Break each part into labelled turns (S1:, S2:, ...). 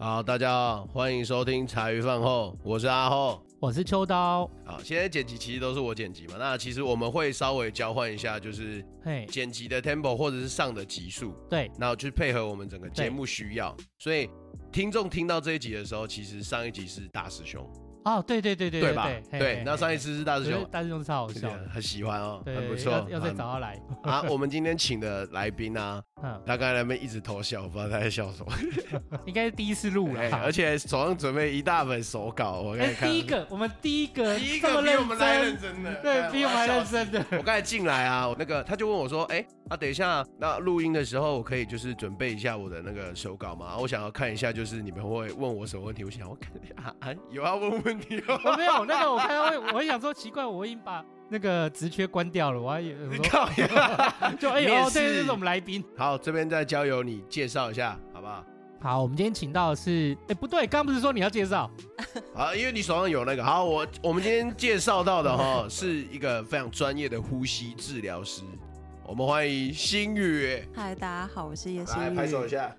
S1: 好，大家好，欢迎收听茶余饭后，我是阿后。
S2: 我是秋刀，
S1: 好，现在剪辑其实都是我剪辑嘛，那其实我们会稍微交换一下，就是
S2: 嘿，
S1: 剪辑的 tempo 或者是上的集数，
S2: 对，
S1: 然后去配合我们整个节目需要。所以听众听到这一集的时候，其实上一集是大师兄，
S2: 哦，对对对对对
S1: 吧？
S2: 嘿
S1: 对
S2: 嘿，
S1: 那上一次是大
S2: 嘿
S1: 师
S2: 可是
S1: 兄，
S2: 大师兄是超好笑的，
S1: 很喜欢哦，
S2: 对，
S1: 很不错。
S2: 要要再
S1: 嗯
S2: 找他来，
S1: 啊，我们今天请的来宾啊，
S2: 嗯，
S1: 他刚才那边一直偷笑，我不知道他在笑什 么，
S2: 应该是第一次录了
S1: 哎，而且手上准备一大本手稿，我刚才
S2: 哎，
S1: 看到
S2: 第一个，我们第一个
S1: 第一
S2: 这
S1: 个
S2: 么
S1: 比我
S2: 认
S1: 们
S2: 真，
S1: 来认真的，
S2: 对比我们还认
S1: 真。
S2: 真的，
S1: 我刚才进来啊，那个他就问我说：“哎、啊，等一下，那录音的时候我可以就是准备一下我的那个手稿吗？我想要看一下，就是你们会问我什么问题。我想我看啊啊，有要问问题 哦。
S2: 我没有那个，我看到会，我想说奇怪，我已经把那个职缺关掉了，我还以为我
S1: 你
S2: 说
S1: 靠呀！
S2: 就哎
S1: 你也
S2: 呦，对，
S1: 是
S2: 这是我们来宾。
S1: 好，这边再交由你介绍一下，好不好？
S2: 好，我们今天请到的是，哎，不对，刚不是说你要介绍？
S1: 好，因为你手上有那个。好，我我们今天介绍到的哈，是一个非常专业的呼吸治疗师。我们欢迎星宇，
S3: 嗨，大家好，我是叶
S1: 来
S3: 欣
S1: 拍手一下。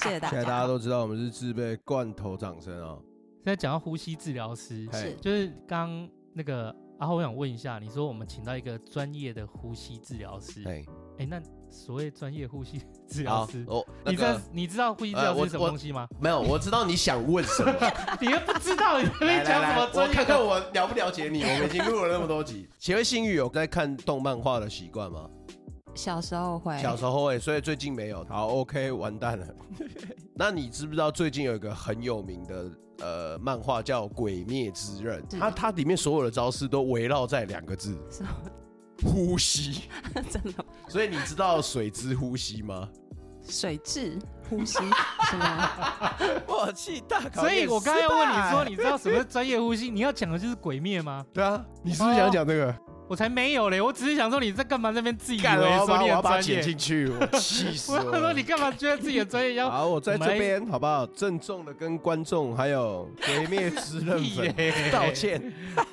S3: 谢谢大
S1: 现在大
S3: 家
S1: 家。都知道我们是自备罐头掌声哦。
S2: 现在讲到呼吸治疗师，
S1: 嘿
S3: 是
S2: 就是刚那个阿浩，我想问一下，你说我们请到一个专业的呼吸治疗师，哎、
S1: 哎，
S2: 那所谓专业呼吸治疗
S1: 好
S2: 师，，
S1: 哦，那
S2: 啊你知
S1: 个
S2: 道你知道呼吸治
S1: 呃
S2: 疗师
S1: 我
S2: 是什
S1: 我
S2: 么东西吗？
S1: 没有，我知道你想问什么。
S2: 你又不知 道，你在那边讲什么
S1: 我
S2: 专业？
S1: 看看我了不了解你。我们已经录了那么多 集。请问星宇有在看动漫画的习惯吗？
S3: 小时候会，
S1: 小时候哎、所以最近没有。好，OK，完 蛋了。那你知不知道最近有一个很有名的呃漫画叫《鬼灭之刃》？
S3: 是
S1: 它它里面所有的招式都围绕在两个字
S3: 是吗
S1: ——呼吸。
S3: 真的
S1: 所以你知道水之呼吸吗？
S3: 水质呼 吸什么？
S1: 我气大
S2: 所以我刚才要问你说，你知道什么是专业呼吸？你要讲的就是鬼灭吗？
S1: 对啊，你是不是想讲这个？
S2: 我才没有嘞，我只是想说你在干嘛这边自以为
S1: 干了，我要
S2: 说
S1: 把我
S2: 哦你
S1: 要
S2: 很
S1: 把它
S2: 专
S1: 剪
S2: 业。
S1: 进去， 我气死
S2: 我
S1: 我
S2: 要
S1: 了
S2: 说你。干嘛觉得自己的专业 要
S1: 好，我在这边好不好？郑重的跟观众还有《鬼灭之刃》
S2: 屁
S1: 粉
S2: 嘞？
S1: 道。歉。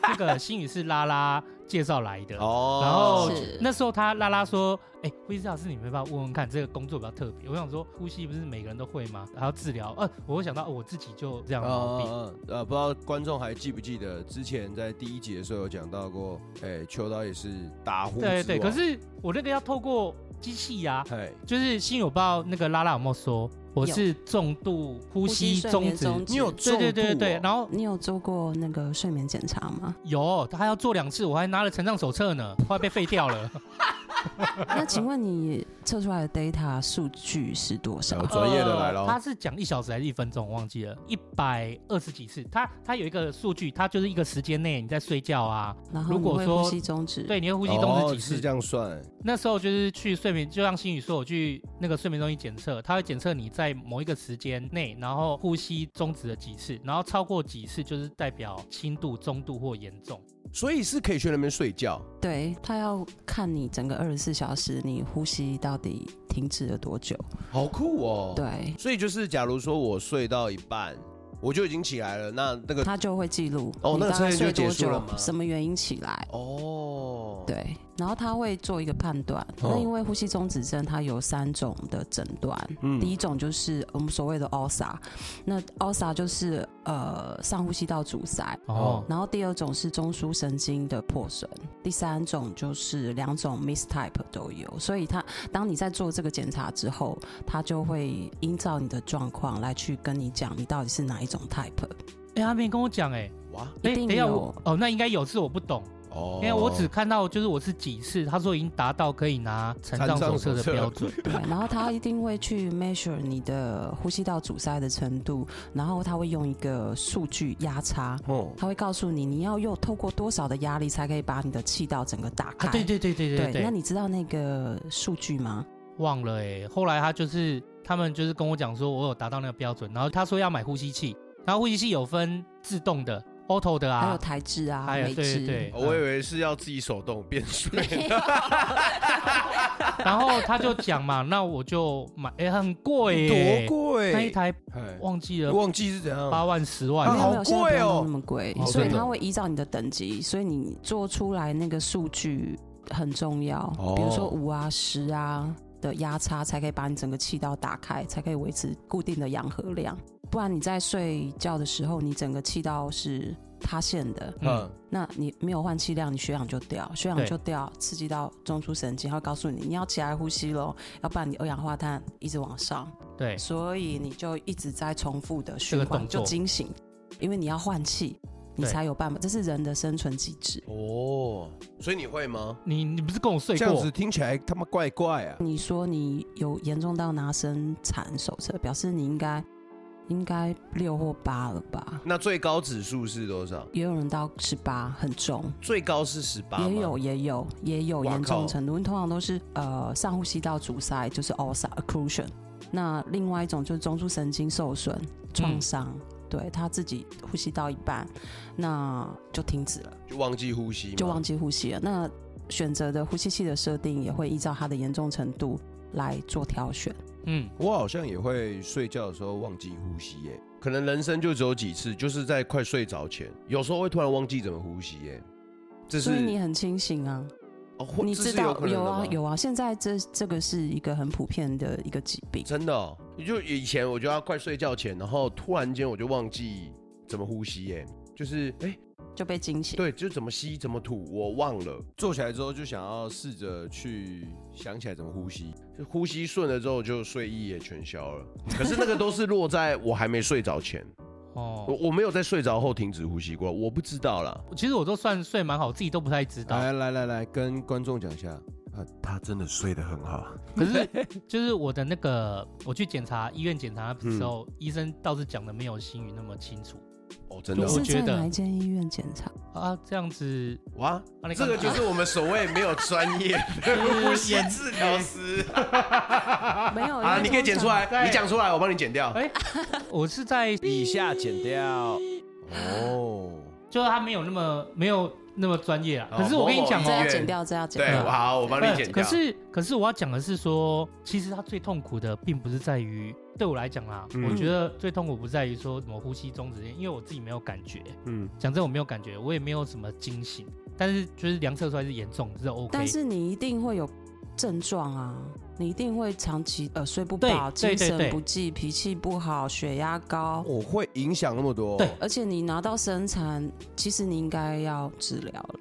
S2: 那个星宇是拉拉介绍来的，
S1: 哦
S2: 然后
S3: 是
S2: 那时候他拉拉说：“哎、呼吸治疗师，你没办法问问看，这个工作比较特别。”我想说，呼吸不是每个人都会吗？还要治疗，呃，我会想到、哦我自己就这样的毛病。
S1: 呃呃，不知道观众还记不记得之前在第一集的时候有讲到过，哎，秋刀也是打呼之
S2: 对对，
S1: 王
S2: 可是我那个要透过机器呀、
S1: 哎，
S2: 就是新友报那个拉拉有没有说我是重度呼吸
S3: 睡
S2: 中
S3: 眠
S2: 止？
S3: 中止
S1: 你有
S2: 对
S1: 重
S2: 对对
S1: 度
S2: 对，
S1: 哦
S2: 然后
S3: 你有做过那个睡眠检查 吗？
S2: 有他要做两次，我还拿了成长手册呢，后来被废掉了。
S3: 那请问你测出来的 data 数据是多少
S1: 有？专业的来
S2: 呃
S1: 咯
S2: 他是讲一小时还是一分钟，我忘记了，一百二十几次。他他有一个数据，他就是一个时间内你在睡觉啊，
S3: 然后
S2: 如
S3: 你
S2: 果
S3: 会
S2: 说
S3: 呼吸终止，
S2: 对，你的呼吸中
S1: 哦
S2: 止几次。
S1: 是这样算，
S2: 那时候就是去睡眠，就像心宇说，我去那个睡眠中心检测，他会检测你在某一个时间内，然后呼吸终止了几次，然后超过几次就是代表轻度、中度或严重。
S1: 所以是可以去那边睡觉。
S3: 对，他要看你整个二十四小时你呼吸到底停止了多久。
S1: 好酷哦！，
S3: 对，
S1: 所以就是，假如说我睡到一半，我就已经起来了，那那个
S3: 他就会记录
S1: 哦
S3: 你
S1: 那个
S3: 大概
S1: 测验就
S3: 睡
S1: 结
S3: 多
S1: 束了
S3: 久
S1: 吗，
S3: 什么原因起来。
S1: 哦，，
S3: 对，然后他会做一个判断。
S1: 哦
S3: 那因为呼吸中止症它有三种的诊断，
S1: 嗯
S3: 第一种就是我们所谓的 OSA，那 OSA 就是呃上呼吸道阻塞。
S1: 哦
S2: 哦，
S3: 然后第二种是中枢神经的破损，第三种就是两种 mistype 都有，所以它当你在做这个检查之后，它就会依照你的状况来去跟你讲你到底是哪一种 type，
S2: 哎、他没跟我讲哎、
S1: 哇，
S2: 哎、
S3: 一定
S2: 等一下
S3: 有
S2: 我哦，那应该有是我不懂，
S1: 哦
S2: 因为我只看到就是我是几次，他说已经达到可以拿成长手册的标准。
S3: 对，然后他一定会去 measure 你的呼吸道阻塞的程度，然后他会用一个数据压差，
S1: 哦，
S3: 他会告诉你你要又透过多少的压力才可以把你的气道整个打开。
S2: 啊，对对对对对
S3: 对那你知道那个数据吗？
S2: 忘了哎、后来他就是他们就是跟我讲说，我有达到那个标准，然后他说要买呼吸器，然后呼吸器有分自动的、auto 的
S3: 还有
S2: 啊，
S3: 台制啊，
S2: 还有
S3: 美
S2: 对
S3: 制，
S2: 对
S1: 我以为是要自己手动变 睡。
S2: 然后他就讲嘛， 那我就买，哎、很贵、欸，
S1: 多贵？
S2: 那一台
S1: 哎
S2: 忘记了
S1: 忘记是怎样？
S2: 八万、十万
S1: 啊
S3: 没
S2: 吧，
S1: 好
S3: 有没有，现在不
S1: 贵
S3: 要
S1: 哦
S3: 弄那么贵
S1: 好，
S3: 所以
S1: 真的
S3: 它会依照你的等级，所以你做出来那个数据很重要
S1: 哦，
S3: 比如说五啊、十啊。的压差，才可以把你整个气道打开，才可以维持固定的氧合量。不然你在睡觉的时候，你整个气道是塌陷的，
S4: 嗯，
S3: 那你没有换气量，你血氧就掉，血氧就掉，刺激到中枢神经，它会告诉你你要起来呼吸喽，要不然你二氧化碳一直往上，
S2: 对，
S3: 所以你就一直在重复的循
S2: 这个
S3: 环，
S2: 动作
S3: 就惊醒，因为你要换气，你
S2: 对
S3: 才有办法，这是人的生存机制。
S4: 哦，所以你会吗？
S2: 你你不是跟我睡
S4: 这样
S2: 过
S4: 子？听起来他妈怪怪啊！
S3: 你说你有严重到拿生产手册，表示你应该应该六或八了吧？
S4: 那最高指数是多少？
S3: 也有人到十八，很重。
S4: 最高是十八，
S3: 也有，也有，也有
S4: 哇
S3: 严
S4: 靠
S3: 重程度。通常都是呃上呼吸道阻塞，就是 ulcer occlusion。那另外一种就是中枢神经受损、创伤，
S2: 嗯
S3: 对他自己呼吸到一半，那就停止了，
S4: 就忘记呼吸，
S3: 就忘。记呼吸了。那选择的呼吸器的设定也会依照它的严重程度来做挑选。
S2: 嗯，
S4: 我好像也会睡觉的时候忘记呼吸耶，可能人生就只有几次，就是在快睡着前，有时候会突然忘记怎么呼吸耶。这是
S3: 所以你很清醒啊，
S4: 哦，或
S3: 你
S4: 这
S3: 知
S4: 是有
S3: 道
S4: 可能的
S3: 有啊
S4: 吗
S3: 有啊。现在这这个是一个很普遍的一个疾病。
S4: 真的、哦，就以前我就要快睡觉前，然后突然间我就忘记怎么呼吸耶，就是哎、
S3: 就被惊醒。
S4: 对，就怎么吸怎么吐，我忘了。
S1: 坐起来之后就想要试着去想起来怎么呼吸，
S4: 就呼吸顺了之后，就睡意也全消了。可是那个都是落在我还没睡着前，我
S2: 哦，
S4: 我没有在睡着后停止呼吸过，我不知道啦。
S2: 其实我都算睡蛮好，自己都不太知道。
S1: 来来来来，跟观众讲一下，啊，他真的睡得很好，
S2: 可是 就是我的那个，我去检查医院检查的时候，医生倒是讲的没有星宇那么清楚
S4: 哦，真的
S3: 你
S4: 哦
S2: 我
S3: 是
S2: 觉
S3: 在
S2: 得
S3: 哪一间医院检查？
S2: 啊。这样子，
S4: 哇，
S2: 啊、你
S4: 这
S2: 干
S4: 个
S2: 嘛
S4: 就是我们所谓没有专 业
S2: 就是
S4: 的呼吸治疗师
S3: 没
S1: 哦
S3: 有
S4: 啊，你可以剪出。
S2: 对
S4: 来，你讲出来，我帮你剪掉。
S2: 哎、我是在
S1: 以下剪掉。哦，
S2: 就是他没有那么没有那么专业啊。
S4: 哦
S2: 可是我跟你讲
S4: 某
S3: 这
S4: 某医
S2: 哦
S4: 院
S3: 要剪掉，这要剪
S4: 对，
S3: 掉。
S2: 嗯
S4: 好，我帮你剪
S2: 可
S4: 掉。
S2: 是可是我要讲的是说，其实他最痛苦的并不是在于对我来讲啦，
S4: 嗯
S2: 我觉得最痛苦不在于说什么呼吸中止，因为我自己没有感觉。
S4: 嗯，
S2: 讲真，我没有感觉，我也没有什么惊醒，但是就是量测出来是严重，是 OK。
S3: 但是你一定会有症状啊，你一定会长期呃睡不饱、
S2: 对对
S3: 精
S2: 对
S3: 神
S2: 对
S3: 不济、脾气不好、血压高。
S1: 我会影响那么多，
S2: 对
S3: 而且你拿到生产，其实你应该要治疗了。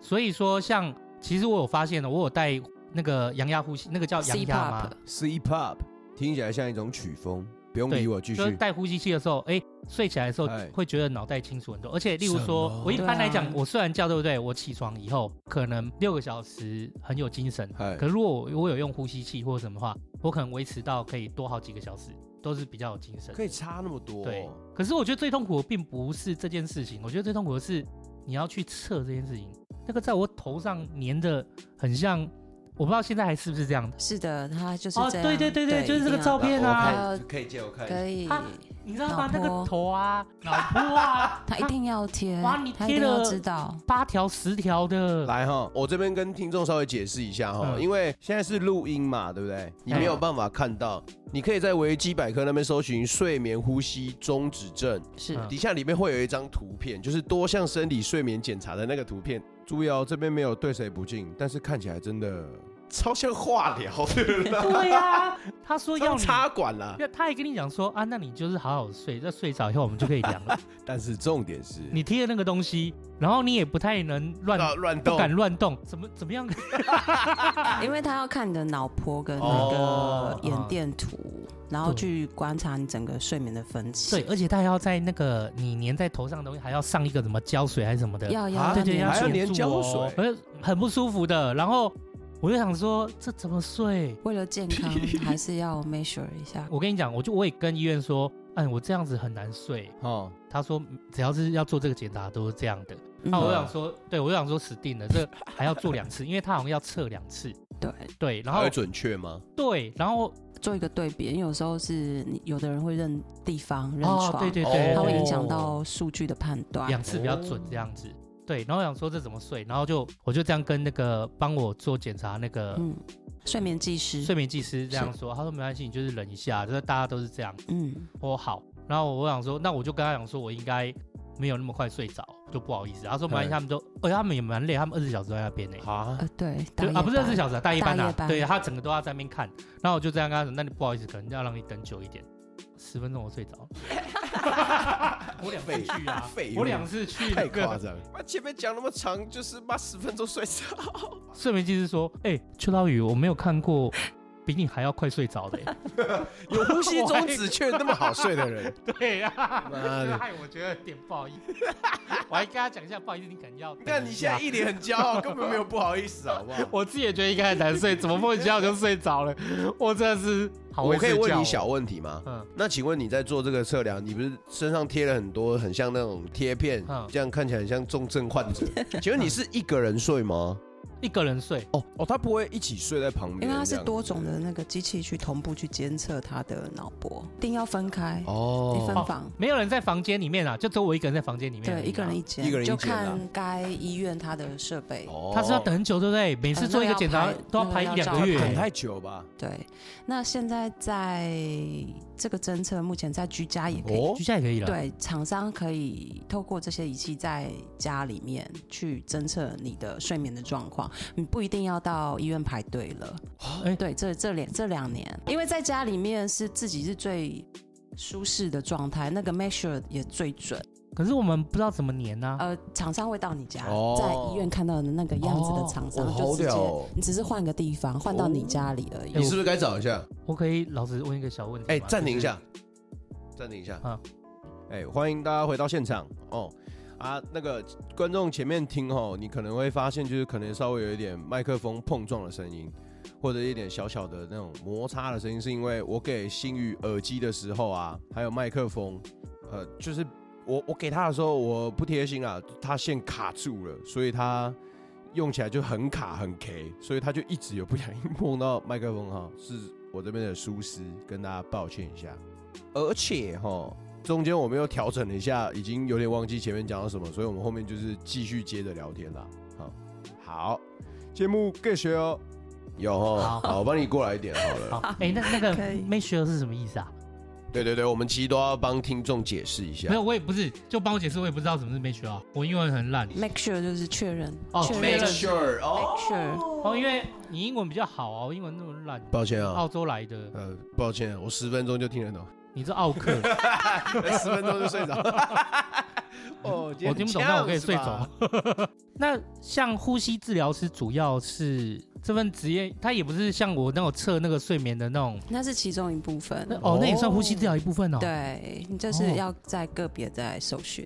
S2: 所以说像，其实我有发现的，哦我有带那个羊压呼吸，那个叫羊压
S3: CPAP
S2: 吗？
S1: ，C pop 听起来像一种曲风，不用理我，继
S2: 就是
S1: 续。
S2: 带呼吸器的时候，哎、睡起来的时候
S1: 哎
S2: 会觉得脑袋清楚很多。而且，例如
S1: 什
S2: 说
S1: 么，
S2: 我一般来讲，
S3: 对啊
S2: 我睡完觉对不对？我起床以后可能六个小时很有精神，
S1: 嗨
S2: 可，是如果我我有用呼吸器或什么的话，我可能维持到可以多好几个小时，都是比较有精神。
S1: 可以差那么多，
S2: 对，可是我觉得最痛苦的并不是这件事情，我觉得最痛苦的是你要去测这件事情，那个在我头上粘的很像，我不知道现在还是不是这样的。
S3: 是的，他就是
S2: 哦，
S3: 这样。
S2: 对对对对，就是这个照
S1: 那我
S2: 片啊，
S1: 看可以借我看一
S3: 一定要
S1: 下。
S3: 可以，
S2: 啊你知道吗？
S3: 脑
S2: 那
S3: 波，
S2: 个头啊，脑波啊
S3: 他一定要贴，
S2: 哇你
S3: 他一
S2: 贴
S3: 定要
S2: 了
S3: 知道。
S2: 八条十条的，
S1: 来哈，我这边跟听众稍微解释一下哈，
S2: 嗯
S1: 因为现在是录音嘛，对不对？你没有办法看到，你可以在维基百科那边搜寻睡眠呼吸中止症，
S3: 是，
S2: 嗯
S1: 底下里面会有一张图片，就是多项生理睡眠检查的那个图片。注意哦，这边没有对谁不敬，但是看起来真的超像化疗 的啦，
S2: 对呀，他说要
S1: 像
S2: 你。
S1: 插管啦。
S2: 那他也跟你讲说啊，那你就是好好睡，那睡着以后我们就可以 量了。
S1: 但是重点是，
S2: 你贴的那个东西，然后你也不太能乱，
S4: 啊乱
S2: 不
S4: 动，
S2: 敢乱动，怎么怎么样？嗯
S3: 因为他要看你的脑波跟那
S4: 哦
S3: 个眼电图，然后
S2: 对
S3: 去观察你整个睡眠的分歧。
S2: 对，而且他还要在那个你粘在头上的东西，还要上一个什么胶水还是什么的，
S3: 要要
S1: 啊
S3: 要
S2: 对对，
S3: 粘
S1: 还要
S3: 住
S1: 粘
S2: 住
S1: 胶
S2: 哦
S1: 水
S2: 呃很不舒服的。然后我就想说，这怎么睡？
S3: 为了健 康，还是要 measure 一下。
S2: 我跟你讲，我就我也跟医院说，嗯，我这样子很难睡。
S1: 哦，
S2: 他说，只要是要做这个检查都是这样的。
S3: 嗯
S2: 那哦我想说，对我就想说死定了，这还要做两次，因为他好像要测两次。
S3: 对
S2: 对，然
S4: 它
S2: 后
S4: 会准确吗？
S2: 对，然后
S3: 做一个对比，因为有时候是你有的人会认地方、认
S2: 哦
S3: 床，，
S2: 对对
S4: 哦
S2: 对，
S3: 它会
S2: 对
S3: 影响到哦数据的判断。
S2: 两次比较准这样子。对，然后我想说这怎么睡，然后就我就这样跟那个帮我做检查那个
S3: 嗯，睡眠技师，
S2: 睡眠技师这样说，他说没关系，你就是忍一下，就是大家都是这样。
S3: 嗯，
S2: 我说好，然后我想说，那我就跟他讲说，我应该没有那么快睡着，就不好意思。他说没关系，
S1: 嗯
S2: 他们都，而且他们也蛮累，他们二十小时都在那边呢。
S1: 啊，
S3: 呃，对，
S2: 就
S3: 打
S2: 啊，不是
S3: 夜
S2: 二十
S3: 班
S2: 小时啊，大夜班
S3: 大
S2: 啊
S3: 夜，班
S2: 对他整个都要在那边看，然后我就这样跟他说，那你不好意思，可能要让你等久一点，十分钟我睡着 了。我两次去啊
S1: 废，物
S2: 我两次去那
S1: 太夸
S2: 个
S1: 张。啊
S4: 妈前面讲那么长，就是妈十分钟睡着。
S2: 睡眠技师说，哎，秋刀鱼，我没有看过 比你还要快睡着的 欸，
S1: 有呼吸中止却那么好睡的人，
S2: 对 呀，
S4: 啊
S1: 妈
S2: 这
S1: 的！
S2: 害我觉得有点不好意思， 我还跟他讲一下，不好意思，你可能要等一
S4: 你
S2: 下，啊
S4: 看你现在一脸很骄傲，根本没有不好意思，好不好？
S2: 我自己也觉得应该很难睡，怎么莫名其妙就睡着了？我真的是好
S4: 我
S2: 会
S4: 可以
S2: 睡觉
S4: 问
S2: 哦
S4: 你小，问题吗？
S2: 嗯，
S4: 那请问你在做这个测量，你不是身上贴了很多很像那种贴片
S2: 嗯，
S4: 这样看起来很像重症患 者？请问你是一个人睡吗？
S2: 一个人睡，
S1: 哦哦，他不会一起睡在旁边，
S3: 因为它
S1: 这
S3: 是
S1: 样
S3: 多种的那个机器去同步去监测他的脑波，一定要分开，一分
S4: 哦，
S3: 房。
S2: 没有人在房间里面啊，就只有我一个人在房间里面而已啊。
S3: 对，一个人一间，
S1: 一个人一
S3: 就
S1: 间啊
S3: 看该医院它的设备。
S1: 哦
S2: 他是要等很久，对不对？每次做一个检查
S3: 呃
S2: 都要
S3: 那个要
S2: 排
S3: 照
S2: 一两个
S3: 看
S2: 月，
S1: 等太久吧？
S3: 对，那现在在这个侦测，目前在居家也可以。
S1: 哦
S2: 居家也可以了。，
S3: 对，厂商可以透过这些仪器在家里面去侦测你的睡眠的状况，你不一定要到医院排队了。
S2: 哎
S3: 对，这这两这两年，因为在家里面是自己是最舒适的状态，那个 measure 也最准。
S2: 可是我们不知道怎么粘啊呢。
S3: 呃，厂商会到你家，
S1: 哦
S3: 在医院看到的那个样子的
S2: 哦
S3: 厂
S1: 哦
S3: 商，
S1: 好
S3: 就直接、
S1: 屌哦
S3: 你只是换个地方，换到你家里而已。
S4: 你是不是该找一下？
S2: 哎我可以老实问一个小问题吗
S4: 哎，暂停一，下，啊暂停一下。
S1: 哎，欢迎大家回到现场哦。啊，那个观众前面听哦，你可能会发现，就是可能稍微有一点麦克风碰撞的声音，或者一点小小的那种摩擦的声音，是因为我给星宇耳机的时候啊，还有麦克风，呃，就是我我给他的时候我不贴心啊，他线卡住了，所以他用起来就很卡很 K，所以他就一直有不小心碰到麦克风哈，是我这边的疏失，跟大家抱歉一下。而且哈，中间我们又调整了一下，已经有点忘记前面讲到什么，所以我们后面就是继续接着聊天啦。好，好，节目 get 学哦，有哦
S2: 好，
S1: 好，我帮你过来一点好了。
S2: 好，哎，那那个
S3: 可以
S2: measure 是什么意思啊？
S4: 对对对，我们其实都要帮听众解释一
S2: 没
S4: 下。
S2: 有，我也不是，就帮我解释，我也不知道什么是 measure 啊。我英文很 烂。
S3: Make sure 就是确认，
S2: 哦
S3: 确认
S2: make
S4: sure，
S3: make sure
S2: 哦，因为你英文比较好啊，我英文那么烂。
S4: 抱歉啊，
S2: 澳洲来的，
S4: 呃，抱歉，我十分钟就听得懂，
S2: 你是奥 克，
S1: 哎
S4: 十分钟就睡着。哦，
S2: 我听不懂，但我可以睡着。。 那像呼吸治疗师，主要是这份职业，他也不是像我那种测那个睡眠的那种，
S3: 那是其中一部分。
S2: 那哦，那也算呼吸治疗一部分哦。，
S3: 对，你就
S2: 哦
S3: 是要在个别在搜寻，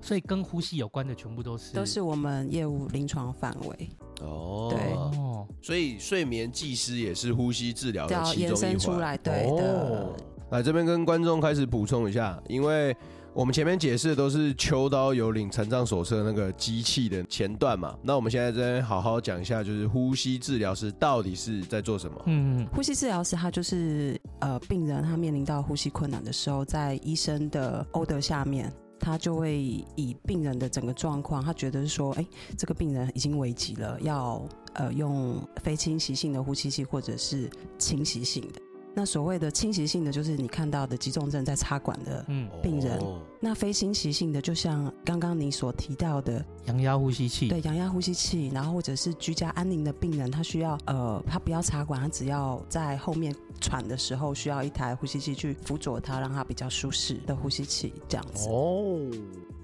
S2: 所以跟呼吸有关的全部都是
S3: 都是我们业务临床范围，
S4: 哦，
S3: 对
S2: 哦，
S4: 所以睡眠技师也是呼吸治疗的
S3: 要
S4: 其中一
S3: 延
S2: 啊
S3: 伸
S4: 环。
S3: 出来，对
S1: 哦
S3: 的。
S1: 来这边跟观众开始补充一下，因为我们前面解释的都是秋刀有领残障手册那个机器的前段嘛，那我们现在这边好好讲一下，就是呼吸治疗师到底是在做什么。
S2: 嗯，
S3: 呼吸治疗师他就是呃，病人他面临到呼吸困难的时候，在医生的 order 下面。他就会以病人的整个状况，他觉得说，哎、这个病人已经危急了，要呃用非侵袭性的呼吸器或者是侵袭性的。那所谓的侵袭性的，就是你看到的急重症在插管的；
S2: 嗯，
S3: 病人
S4: 哦
S3: 那非侵袭性的，就像刚刚你所提到的，
S2: 阳压呼吸器，
S3: 对，氧压呼吸器，然后或者是居家安宁的病人，他需要呃，他不要插管，他只要在后面喘的时候需要一台呼吸器去辅佐他，让他比较舒适的呼吸器这样子。
S1: 哦，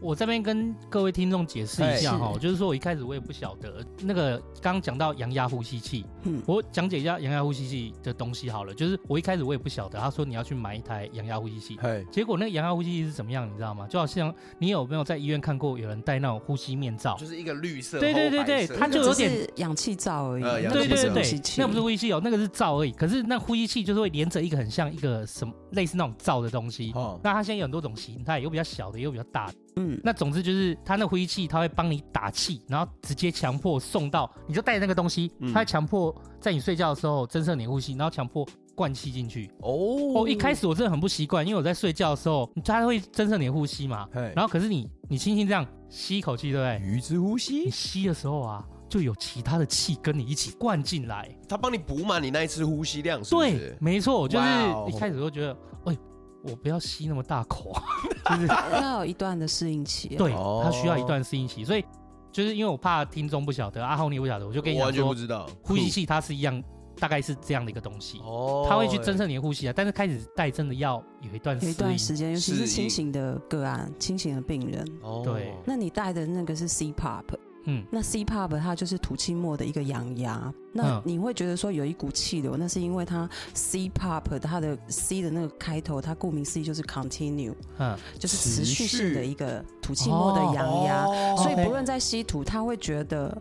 S2: 我这边跟各位听众解释一下
S3: 哎
S2: 哈，
S3: 是
S2: 就是说我一开始我也不晓得那个刚刚讲到阳压呼吸器，
S3: 嗯，
S2: 我讲解一下阳压呼吸器的东西好了，就是我一开始我也不晓得，他说你要去买一台阳压呼吸器，
S1: 嘿，
S2: 结果那个阳压呼吸器是怎么样，你知道吗？就好像你有没有在医院看过有人戴那种呼吸面罩？
S4: 就是一个绿色，
S2: 对对对对
S4: 后白色
S2: 它就
S3: 那
S2: 有
S3: 只是
S2: 点
S3: 氧气罩而已，
S4: 呃
S3: 那
S4: 氧
S3: 个
S2: 对
S4: 气罩
S2: 对
S3: 不是呼
S2: 对
S3: 吸
S2: 对，
S3: 器，
S2: 那不是呼吸器哦，那个是罩而已。可是那呼吸器就是会连着一个很像一个什么类似那种罩的东西。
S1: 哦，
S2: 那它现在有很多种形态，有比较小的，也有比较大的。
S3: 嗯，
S2: 那总之就是它那呼吸器，它会帮你打气，然后直接强迫送到，你就带着那个东西，
S1: 嗯
S2: 它会强迫在你睡觉的时候侦测你的呼吸，然后强迫灌气进去。
S1: 嗯
S2: 哦，一开始我真的很不习惯，因为我在睡觉的时候，它会侦测你的呼吸嘛。
S1: 嘿，
S2: 然后可哎是你你轻轻这样吸一口气，对不对？
S1: 鱼之呼
S2: 你
S1: 吸，
S2: 吸的时候啊，就有其他的气跟你一起灌进来。
S4: 它帮你补满你那一次呼吸量，是不
S2: 对
S4: 是，？
S2: 没错，我就是
S1: 哇哦
S2: 一开始都觉得，哎、我不要吸那么大口啊，就是
S4: 嗯
S3: 要有一段的适应期、啊。
S2: 对，
S1: 哦
S2: 它需要一段适应期，所以就是因为我怕听众不晓得，阿浩你也不晓得，我就跟你
S1: 我
S2: 讲
S1: 完全不
S2: 说，
S1: 知道
S2: 呼吸器它是一样，大概是这样的一个东西，
S1: 哦
S2: 它会去侦测你的呼吸啊，但是开始戴真的要有一段适
S3: 有一段
S2: 应，
S3: 时间，尤其
S1: 适
S3: 是
S1: 应
S3: 清醒的个案、清醒的病人，
S1: 哦
S2: 对
S3: 那你带的那个是 CPAP，
S2: 嗯，
S3: 那 CPAP 它就是吐气末的一个阳芽，那
S2: 嗯
S3: 你会觉得说有一股气流，那是因为它 CPAP 它的 C 的那个开头，它顾名思义就是 continue，
S2: 嗯，
S3: 就是
S1: 持
S3: 持续性的
S1: 续
S3: 一个吐气末的阳芽，
S1: 哦
S3: 所以
S2: OK
S3: 不论在吸吐，他会觉得。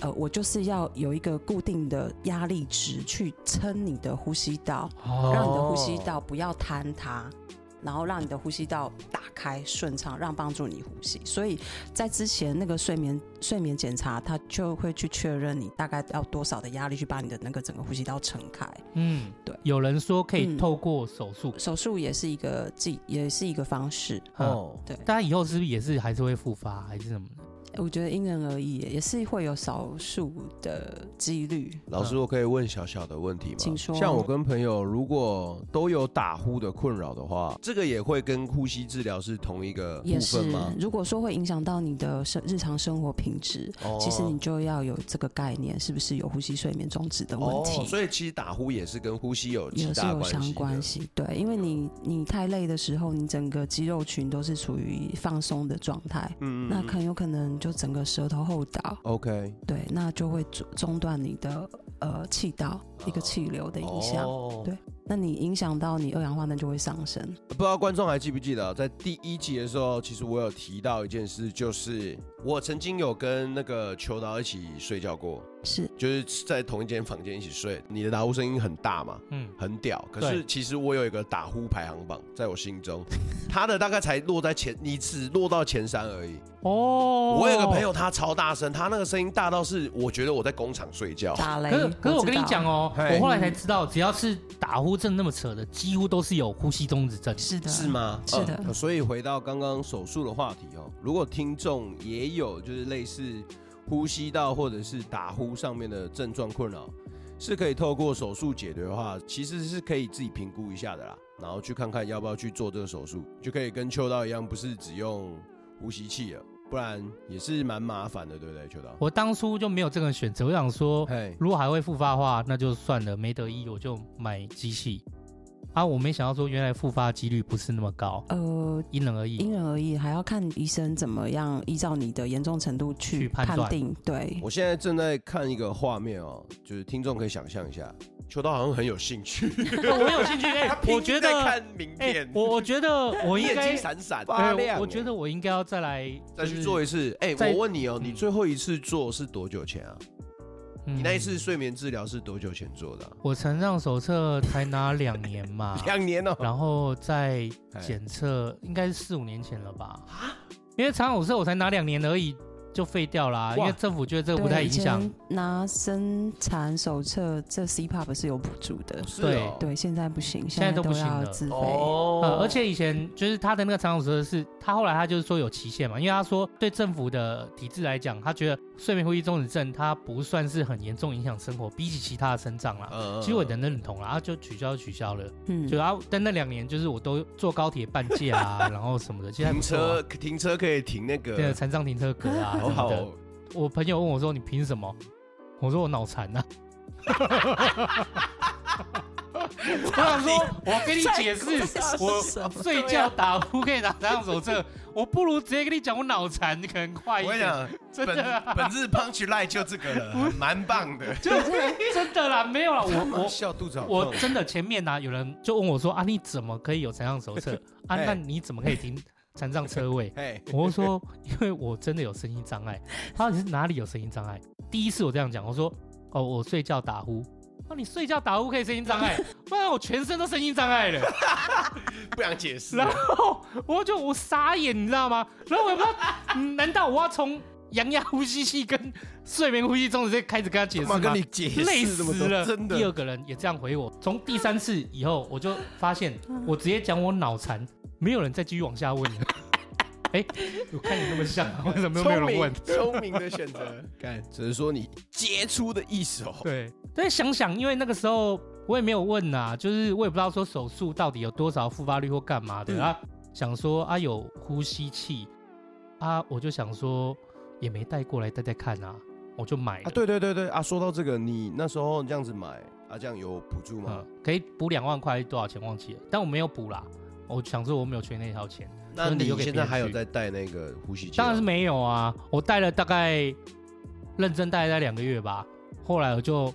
S3: 呃，我就是要有一个固定的压力值去撑你的呼吸道，
S1: 哦
S3: 让你的呼吸道不要坍塌，然后让你的呼吸道打开顺畅，让帮助你呼吸。所以在之前那个睡眠睡眠检查，它就会去确认你大概要多少的压力去把你的那个整个呼吸道撑开。
S2: 嗯，
S3: 对
S2: 有人说可以
S3: 嗯
S2: 透过手术，
S3: 手术也是一个技，也是一个方式。
S2: 嗯，
S1: 哦
S2: 大家以后是不是也是还是会复发还是什么的？
S3: 我觉得因人而异，也是会有少数的几率。
S1: 老师，我可以问小小的问题吗？
S3: 请说
S1: 像我跟朋友如果都有打呼的困扰的话，这个也会跟呼吸治疗是同一个部
S3: 也是
S1: 分吗？，
S3: 如果说会影响到你的生日常生活品质，
S1: 哦
S3: 其实你就要有这个概念，是不是有呼吸睡眠中止的问题？
S1: 哦，所以其实打呼也是跟呼吸有极
S3: 也是
S1: 大
S3: 有
S1: 关系
S3: 相
S1: 的
S3: 关系，对，因为你你太累的时候，你整个肌肉群都是处于放松的状态，
S1: 嗯
S3: 那很有可能就整个舌头后倒，
S1: OK
S3: 对，那就会中中断你的呃气道一个气流的影响，
S1: 哦
S3: 对那你影响到你二氧化碳就会上升，
S1: 不知道观众还记不记得，在第一集的时候，其实我有提到一件事，就是我曾经有跟那个球导一起睡觉过，
S3: 是
S1: 就是在同一间房间一起睡。你的打呼声音很大嘛，
S2: 嗯，
S1: 很屌。可是
S2: 对
S1: 其实我有一个打呼排行榜，在我心中， 他的大概才落在前，你只落到前三而已。
S2: 哦
S1: 我有个朋友，他超大声，他那个声音大到是我觉得我在工厂睡觉。
S3: 打雷
S2: 可是，可是我跟你
S3: 知道
S2: 讲，哦，
S1: 嘿
S2: 我后来才知道，只要是打呼症那么扯的，几乎都是有呼吸中止症。
S3: 是的，
S1: 是？吗？
S3: 是的
S1: 呃所以回到刚刚手术的话题哦，如果听众也有就是类似呼吸道或者是打呼上面的症状困扰，是可以透过手术解决的话，其实是可以自己评估一下的啦，然后去看看要不要去做这个手术，就可以跟秋刀一样，不是只用呼吸器了，不然也是蛮麻烦的，对不对，秋刀？
S2: 我当初就没有这个选择，我想说，
S1: 嘿，
S2: 如果还会复发的话，那就算了，没得医我就买机器。啊，我没想到说原来复发几率不是那么高，
S3: 呃，
S2: 因人而异
S3: 因。人而异，还要看医生怎么样依照你的严重程度
S2: 去
S3: 去
S2: 判
S3: 判
S2: 断
S3: 定，对，
S1: 我现在正在看一个画面哦，就是听众可以想象一下，秋刀好像很有兴趣，
S2: 我有兴趣，哎、
S1: 他
S2: 我
S1: 拼
S2: 觉
S1: 命
S2: 得
S1: 在，看名
S2: 哎、
S1: 片。
S2: 我我觉得我应
S1: 眼
S2: 该
S1: 睛，闪闪
S2: 哎
S1: 发亮。
S2: 我觉得我应该要再来、
S1: 再去
S2: 就是
S1: 做一次。哎，
S2: 再
S1: 我问你哦，
S2: 嗯
S1: 你最后一次做是多久前啊？
S2: 嗯
S1: 你那一次睡眠治疗是多久前做的啊？，
S2: 我成长手册才拿两年嘛
S1: 两年哦。
S2: 然后再
S1: 哎
S2: 检测，应该是四五年前了吧？
S1: 啊
S2: 因为长手册我才拿两年而已就废掉啦，
S1: 哇
S2: 因为政府觉得这个不
S3: 对
S2: 太
S3: 以
S2: 影响。
S3: 前拿生产手册这 CPAP 是有补助的，
S1: 是
S2: 对
S1: 哦
S3: 对，现在不行，
S2: 现在都
S3: 都
S2: 不行
S3: 要
S2: 了
S3: 自费。
S2: 呃
S1: 哦，
S2: 而且以前就是他的那个长手册是，他后来他就是说有期限嘛，因为他说对政府的体制来讲，他觉得睡眠呼吸中止症它不算是很严重影响生活，比起其他的生障啦，
S1: 嗯
S2: 其实我能认同啦，啊就取消就取消了，
S3: 嗯
S2: 就，然后但那两年就是我都坐高铁半价啊，然后什么的，现在
S1: 停车停车可以停那
S2: 啊对
S1: 个，
S2: 残障停车格 啊
S1: 好
S2: 什
S1: 好
S2: 么的，
S1: 哦。
S2: 我朋友问我说：“你凭什么？”我说：“我脑残 啊。” 我想说，我跟你 解释， 我睡觉打呼可以拿这样手册，我不如直接跟你讲我脑残，你可能快一
S4: 我跟你
S2: 点。
S4: 讲，
S2: 真
S4: 本
S2: 的啊
S4: 本日 punch line 就这个了，蛮棒的。
S2: 就 真的啦，没有啦， 我
S1: 笑肚子好
S2: 我
S1: 痛
S2: 我。真的前面呢、有人就问我说：“啊，你怎么可以有残障手 册？啊，
S1: 哎
S2: 那你怎么可以停残障车位？”
S1: 哎，
S2: 我就说，因为我真的有声音障碍。他说你是哪里有声音障碍？第一次我这样讲，我说哦，我睡觉打呼。哦，你睡觉打呼可以声音 障碍，不然我全身都声音障碍了。
S4: 不想解释
S2: 然后我就我傻眼，你知道吗？然后我也不知道，嗯难道我要从阳压呼吸器跟睡眠呼吸中止症开始跟他解释
S1: 妈
S2: 吗？
S1: 跟你解释
S2: 累
S1: 这么
S2: 死
S1: 多
S2: 了。
S1: 真
S2: 第
S1: 的
S2: 二个人也这样回我，从第三次以后，我就发现我直接讲我脑残，没有人再继续往下问 了。哎、我看你那么像，为什么都没有
S4: 聪
S2: 人问
S4: 明？聪明的选择，
S1: 干，只是说你杰出的一手。
S2: 对，但是想想，因为那个时候我也没有问呐、就是我也不知道说手术到底有多少复发率或干嘛的、啊。想说啊有呼吸器啊，我就想说也没带过来带带看啊，我就买了。
S1: 啊，对对对对啊，说到这个，你那时候这样子买啊，这样有补助吗
S2: 嗯？，可以补两万块，多少钱忘记了，但我没有补啦。我想说我没有缺那条钱，
S1: 那
S2: 真的
S1: 你
S2: 有给
S1: 现
S2: 别
S1: 在
S2: 人
S1: 还有
S2: 去
S1: 在戴那个呼吸机？
S2: 当然是。没有啊。我戴了大概认真戴了大概两个月吧，后来我就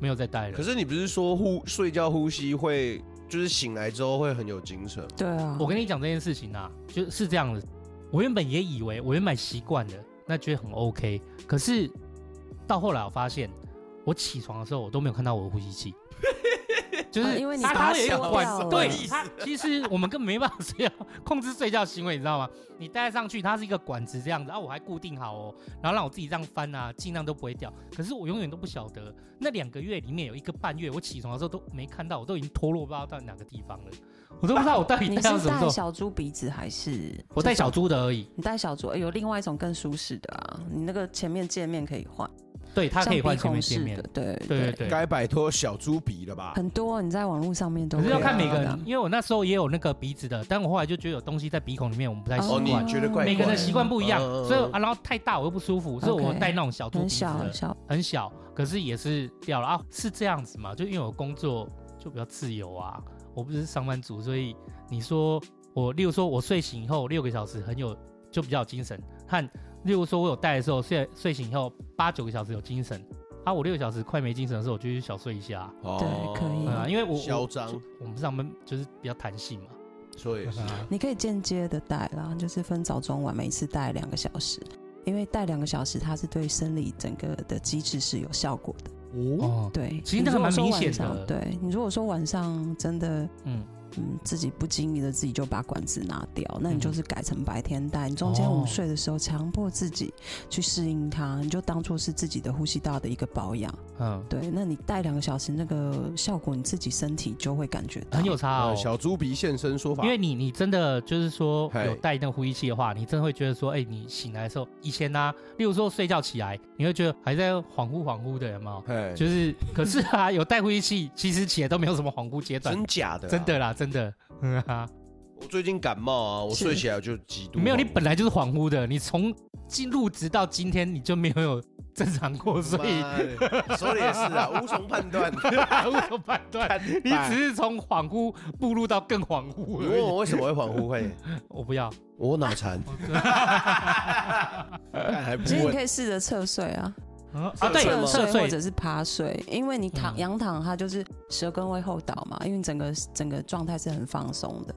S2: 没有再戴了
S1: 可。是你不是说呼睡觉呼吸会，就是醒来之后会很有精神吗？
S3: 对啊，
S2: 我跟你讲这件事情啊，就是这样子。我原本也以为我原本习惯了，那觉得很 OK，可是到后来我发现，我起床的时候我都没有看到我的呼吸 器，就是、
S3: 啊因为你
S2: 它
S3: 把它
S2: 它有一个
S3: 收
S2: 管
S3: 掉了
S2: 对
S4: 什么意思
S2: 它其实我们根本没办法睡觉控制睡觉行为，你知道吗？你戴上去它是一个管子这样子啊，我还固定好哦，然后让我自己这样翻啊，尽量都不会掉。可是我永远都不晓得那两个月里面有一个半月，我起床的时候都没看到，我都已经脱落不知道到哪个地方了，我都不知道我到底
S3: 你
S2: 戴
S3: 是
S2: 到什么时
S3: 戴
S2: 候。
S3: 小猪鼻子还是？
S2: 我带小，猪的而已，
S3: 你戴小猪、哎有另外一种更舒适的啊，你那个前面界面可以换，
S2: 对，它可以
S3: 像
S2: 换
S3: 鼻
S2: 前面界
S3: 孔式
S2: 面
S3: 的，，对
S2: 对对对。
S1: 该摆脱小猪鼻了吧？
S3: 很多你在网络上面都
S2: 可是
S3: 可以
S2: 要看每个
S3: 到
S2: 人
S3: 的，
S2: 因为我那时候也有那个鼻子的，但我后来就觉得有东西在鼻孔里面，我们不太习
S1: 哦，
S3: 啊
S1: 你
S2: 惯，
S1: 觉得怪怪
S2: 每个人的习惯不一样，
S1: 嗯嗯嗯
S2: 所以啊，然后太大我又不舒服，所以我
S3: OK，
S2: 戴那种小猪鼻
S3: 很
S2: 子
S3: 小
S2: 的，
S3: 小，
S2: 很小，可是也是掉了啊，是这样子嘛？就因为我工作就比较自由啊，我不是上班族，所以你说我，例如说我睡醒以后六个小时很有，就比较有精神；和例如说我有带的时候睡睡醒以后八九个小时有精神，啊，我六个小时快没精神的时候，我就去小睡一下啊，
S1: 哦
S3: 对可以
S2: 对啊，因为我我
S1: 嚣张
S2: 就我们上班就是比较弹性嘛，
S1: 所 以是
S2: 啊
S3: 你可以间接的戴啦，就是分早中晚，每次戴两个小时，因为戴两个小时，它是对生理整个的机制是有效果的。
S2: 哦，
S3: 对，
S2: 其实
S3: 你
S2: 那个
S3: 如果
S2: 蛮
S3: 说
S2: 明
S3: 晚
S2: 显
S3: 上
S2: 的
S3: 对你如果说晚上真的，
S2: 嗯，
S3: 嗯，自己不经意的自己就把管子拿掉，那
S2: 嗯
S3: 你就是改成白天戴。你中间
S2: 哦
S3: 午睡的时候，强迫自己去适应它，你就当做是自己的呼吸道的一个保养。
S2: 嗯，
S3: 对，那你戴两个小时，那个效果你自己身体就会感觉到
S2: 很有差哦
S1: 呃。小猪鼻现身说法，
S2: 因为你你真的就是说
S1: 嗨
S2: 有带那个呼吸器的话，你真的会觉得说，哎、你醒来的时候，以前呢、例如说睡觉起来，你会觉得还在恍惚恍惚的，有没有？
S1: 哎，
S2: 就是，可是啊，有带呼吸器，其实起来都没有什么恍惚阶段，
S1: 真假的啊，
S2: 真的啦，真的， 嗯啊，
S1: 我最近感冒啊，我
S3: 是
S1: 睡起来就极度
S2: 没有，
S1: 恍
S2: 你
S1: 惚
S2: 本来就是恍惚的，你从进入职到今天，你就没有正常过，所以
S1: 妈的说的也是 啊，无从判断。
S2: 无从判 断，你只是从恍惚步入到更恍惚
S1: 你
S2: 而
S1: 问我
S2: 已。
S1: 为什么会恍惚？ 会，
S2: 我不要，
S1: 我脑残，干还不
S3: 其实你
S1: 问
S3: 可以试着侧睡啊，
S2: 啊，对，
S1: 睡吗
S2: 侧
S3: 侧睡或
S2: 睡，
S3: 者是趴睡，因为你躺
S2: 嗯
S3: 仰躺，它就是舌根会后倒嘛，因为你整个整个状态是很放松的，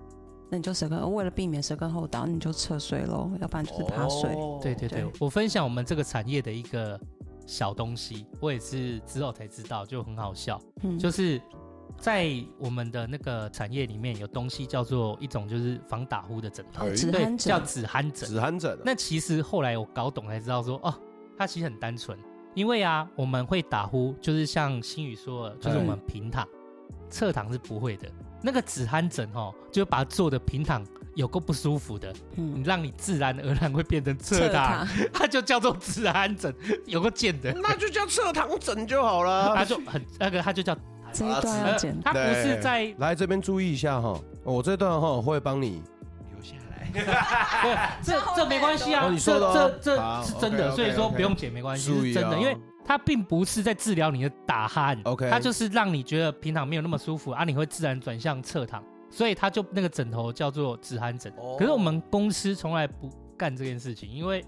S3: 那你就舌根为了避免舌根后倒，你就侧睡喽，要不然就是趴睡。
S1: 哦
S2: 对对对，
S3: 对
S2: 我分享我们这个产业的一个小东西，我也是之后才知道，就很好笑。
S3: 嗯，
S2: 就是在我们的那个产业里面，有东西叫做一种就是防打呼的枕头，
S1: 哎
S3: 止
S2: 对，
S3: 哦鼾
S2: 叫
S3: 枕，
S2: 止鼾枕。
S1: 止鼾枕啊，
S2: 那其实后来我搞懂才知道说，哦，它其实很单纯，因为啊，我们会打呼，就是像新宇说的，就是
S3: 嗯
S2: 我们平躺、侧躺是不会的。那个止鼾枕哦，就把它做的平躺有够不舒服的，你
S3: 嗯，
S2: 让你自然而然会变成侧躺。
S3: 躺，
S2: 它就叫做治安枕， 有个贱 的，
S1: 那就叫侧躺枕就好
S2: 它
S1: 了。
S2: 就很那个，它就叫，
S3: 这一段
S2: 呃
S3: 要剪，
S2: 它不是在，
S1: 来这边注意一下哈，我这段哈会帮你留下来，
S2: 对，这这没关系啊
S1: 哦，你说
S2: 这
S1: 的哦
S2: 这这
S1: 好
S2: 是真的，
S1: OK，OK，OK
S2: 所以说不用剪没关系，
S1: 注
S2: 是
S1: 意
S2: 真的，
S1: 哦
S2: 因为它并不是在治疗你的打鼾
S1: OK
S2: 它就是让你觉得平躺没有那么舒服啊，你会自然转向侧躺，所以它就那个枕头叫做止鼾枕
S1: 哦，
S2: 可是我们公司从来不干这件事情，因为。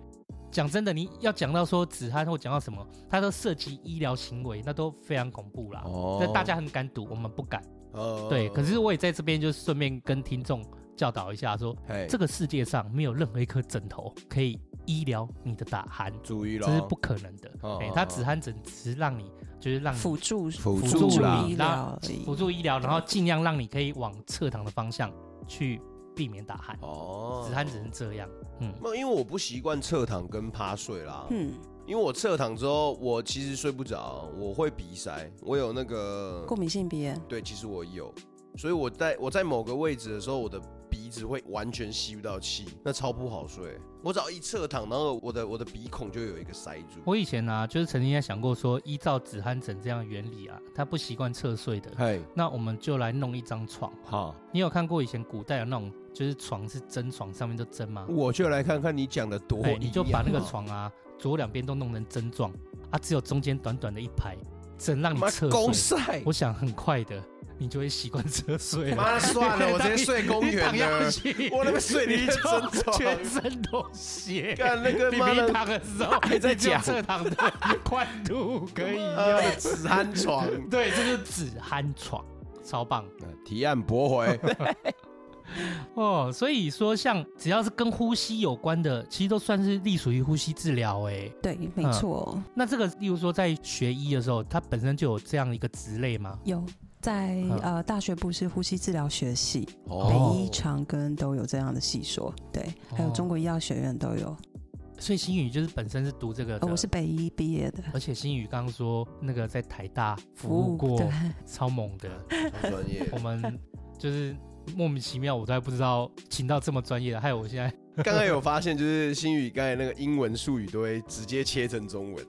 S2: 讲真的，你要讲到说止鼾或讲到什么，它都涉及医疗行为，那都非常恐怖啦。
S1: 哦
S2: 那大家很敢赌，我们不敢。
S1: 呃
S2: 对，可是我也在这边就顺便跟听众教导一下说，
S1: 嘿
S2: 这个世界上没有任何一颗枕头可以医疗你的打鼾，
S1: 注意了，
S2: 这是不可能的。
S1: 哦
S2: 哎
S1: 哦，
S2: 它
S1: 哦
S2: 止鼾枕只是让你就是让你
S3: 辅助
S1: 辅
S2: 辅
S1: 助
S2: 助
S1: 啦
S3: 医疗而已
S2: 辅。助医疗，然后尽量让你可以往侧躺的方向去避免打鼾。
S1: 哦
S2: 止鼾只是这样，嗯，
S1: 那因为我不习惯侧躺跟趴睡啦，
S3: 嗯，
S1: 因为我侧躺之后，我其实睡不着，我会鼻塞，我有那个
S3: 过敏性鼻炎，
S1: 对，其实我有，所以我在我在某个位置的时候，我的鼻子会完全吸不到气，那超不好睡。我只要一侧躺，然后我的我的鼻孔就有一个塞住。
S2: 我以前呢、就是曾经在想过说，依照止鼾枕这样的原理啊，它不习惯侧睡的，
S1: 嘿，
S2: 那我们就来弄一张床。
S1: 好，
S2: 你有看过以前古代有那种就是床是真床，上面都针吗？
S1: 我就来看看你讲的多一
S2: 哎
S1: 样，
S2: 你就把那个
S1: 哦
S2: 床啊，左两边都弄成针状，啊，只有中间短短的一排，针让你
S1: 妈
S2: 侧
S1: 公
S2: 睡。
S1: 晒，
S2: 我想很快的，你就会习惯侧睡了。
S4: 妈的，算 了，我直接睡公
S2: 你
S4: 园
S2: 躺下
S4: 了。
S2: 去，
S1: 我那边睡你
S2: 你
S1: 一整
S2: 就
S1: 床，
S2: 全身都血。
S1: 干那个
S2: 你
S1: 妈
S2: 平
S1: 的
S2: 躺的时候
S1: 还在
S2: 你只有
S1: 讲
S2: 侧躺的宽度可以
S1: 呃
S4: 妈
S2: 用。
S4: 的止鼾床，
S2: 对，这就是止鼾床，超棒。
S1: 呃提案驳 回，
S2: 哦，所以说像只要是跟呼吸有关的，其实都算是隶属于呼吸治疗哎。
S3: 对，没
S2: 嗯
S3: 错，
S2: 那这个，例如说在学医的时候，它本身就有这样一个职类吗？
S3: 有在、
S2: 嗯
S3: 呃大学部是呼吸治疗学系，
S2: 哦
S3: 北医长庚都有这样的系说，对，还有
S2: 哦
S3: 中国医药学院都有。
S2: 所以新宇就是本身是读这个的，
S3: 呃，我是北医毕业的，
S2: 而且新宇刚刚说那个在台大服务过，
S3: 对，
S2: 超猛的。
S1: 好专业
S2: 我 们就是莫名其妙，我都还不知道请到这么专业的，还有我现 在
S4: 刚刚有发现，就是新宇刚才那个英文术语都会直接切成中文。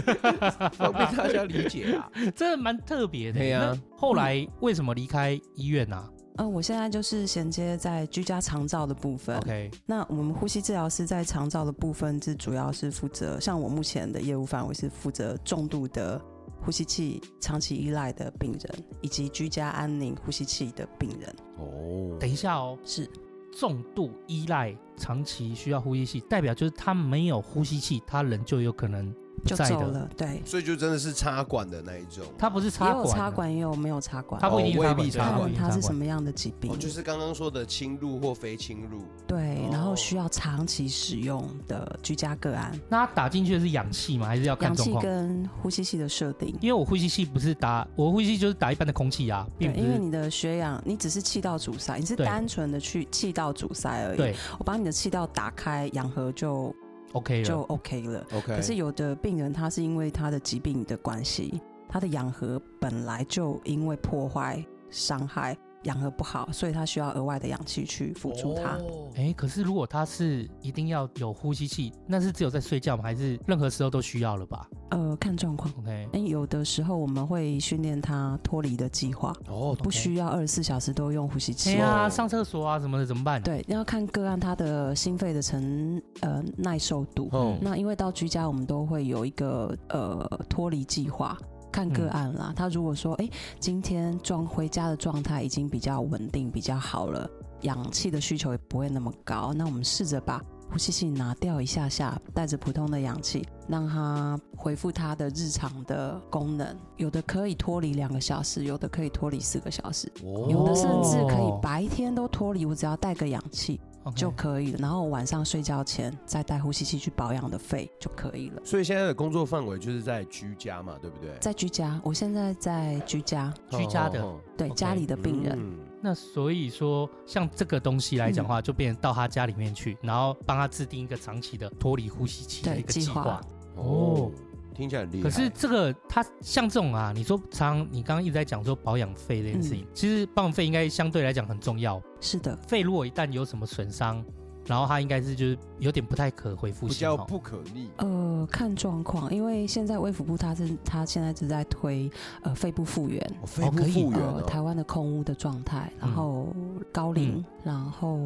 S1: 方便大家理解 啊。
S2: 真的蛮特别的。
S1: 对呀
S2: 那后来为什么离开医院啊
S3: 呃，我现在就是衔接在居家长照的部
S1: 嗯
S3: 分。
S2: ？OK，
S3: 那我们呼吸治疗师在长照的部分是主要是负责，像我目前的业务范围是负责重度的呼吸器长期依赖的病人，以及居家安宁呼吸器的病人。
S1: 哦，
S2: 等一下哦，
S3: 是
S2: 重度依赖、长期需要呼吸器，代表就是他没有呼吸器，他人就有可能不
S3: 就
S2: 在
S3: 走
S2: 的。
S3: 了，对，
S4: 所以就真的是插管的那一种，
S2: 他不是
S3: 也
S2: 插
S3: 有
S2: 管啊，
S3: 插管，也有没有插管
S2: 他。不
S1: 哦
S2: 一定插管
S1: 未必
S2: 对
S1: 插
S3: 看
S2: 不
S1: 管
S2: 一
S3: 问
S2: 定
S3: 他是
S2: 插
S3: 什
S2: 管
S3: 么样的疾病，
S4: 哦，就是刚刚说的侵入或非侵入。
S3: 对，然后
S4: 哦
S3: 需要长期使用的居家个案，
S2: 那他打进去的是氧气吗？还是要看
S3: 氧
S2: 状
S3: 气
S2: 况？
S3: 跟呼吸器的设定。
S2: 因为我呼吸器不是打，我呼吸器就是打一般的空气啊，并
S3: 对，
S2: 不
S3: 因为
S2: 是
S3: 你的血氧，你只是气道阻塞，你是
S2: 对
S3: 单纯的去气道阻塞而已。
S2: 对
S3: 我把你的气道打开，氧合就
S2: OK
S3: 就
S2: 了。
S3: OK 了。
S1: OK，
S3: 可是有的病人他是因为他的疾病的关系，他的氧合本来就因为破坏、伤害，氧合不好，所以他需要额外的氧气去辅助他。
S4: 哦
S2: 哎，可是如果他是一定要有呼吸器，那是只有在睡觉吗？还是任何时候都需要了吧
S3: 呃，看状况。
S2: ？OK，
S3: 但有的时候我们会训练他脱离的计划，
S1: 哦，
S3: 不需要二十四小时都用呼吸
S2: 哎
S3: 器。
S2: 呀，上厕所啊什么的怎么办？
S3: 对，要看个案他的心肺的承呃耐受度。
S2: 嗯
S1: 哦
S3: 那因为到居家，我们都会有一个呃脱离计划，看个
S2: 嗯
S3: 案啦。他如果说，哎、今天状回家的状态已经比较稳定、比较好了，氧气的需求也不会那么高，那我们试着把呼吸器拿掉一下下，带着普通的氧气，让它恢复它的日常的功能。有的可以脱离两个小时，有的可以脱离四个小时，
S1: 哦
S3: 有的甚至可以白天都脱离，我只要带个氧气。
S2: OK
S3: 就可以了。然后晚上睡觉前再带呼吸器去保养的肺就可以了。
S1: 所以现在的工作范围就是在居家嘛，对不对？
S3: 在居家，我现在在居家，
S2: 居家的
S1: 哦
S3: 对
S2: OK，
S3: 家里的病人，
S1: 嗯
S2: 那所以说，像这个东西来讲的
S3: 嗯
S2: 话，就变成到他家里面去，然后帮他制定一个长期的脱离呼吸器的
S3: 对
S2: 一个计
S3: 计划
S2: 划。
S1: 哦，听起来很厉害。
S2: 可是这个他像这种啊，你说常你刚刚一直在讲说保养肺这件事情，
S3: 嗯
S2: 其实保养肺应该相对来讲很重要。
S3: 是的，
S2: 肺如果一旦有什么损伤，然后它应该是就是有点不太可恢复
S1: 比
S2: 性
S1: 较
S2: 哦。
S1: 不可逆，
S3: 呃，看状况，因为现在卫福部它是它现在是在推呃肺部复原，
S1: 哦肺部
S2: 可以
S1: 复原
S3: 呃
S1: 哦
S3: 台湾的空屋的状态，然后高
S1: 嗯
S3: 龄，然后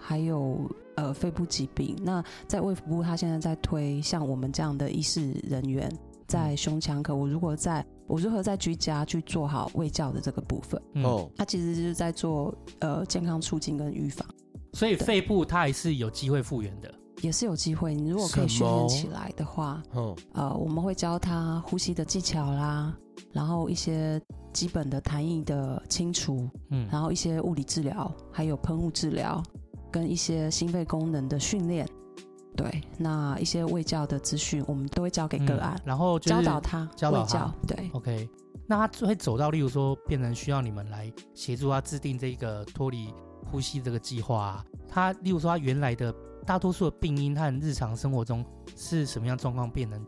S3: 还有呃肺部疾病。那在卫福部，它现在在推像我们这样的医事人员在胸腔科，我如果在我如何在居家去做好卫教的这个部分，
S2: 嗯，
S1: 哦，
S3: 它其实就是在做呃健康促进跟预防，
S2: 所以肺部它还是有机会复原的。
S3: 也是有机会。你如果可以
S1: 什
S3: 训练
S1: 么
S3: 起来的话，
S1: 哦，
S3: 呃，我们会教他呼吸的技巧啦，然后一些基本的痰液的清除，
S2: 嗯，
S3: 然后一些物理治疗，还有喷雾治疗，跟一些心肺功能的训练。对，那一些卫教的资讯，我们都会交给个案
S2: 嗯，然后就是
S3: 教导他
S2: 教导
S3: 卫
S2: 他
S3: 教。对，
S2: OK，那他会走到，例如说，变成需要你们来协助他制定这个脱离呼吸这个计划、啊。他，例如说，他原来的大多数的病因和日常生活中是什么样状况变成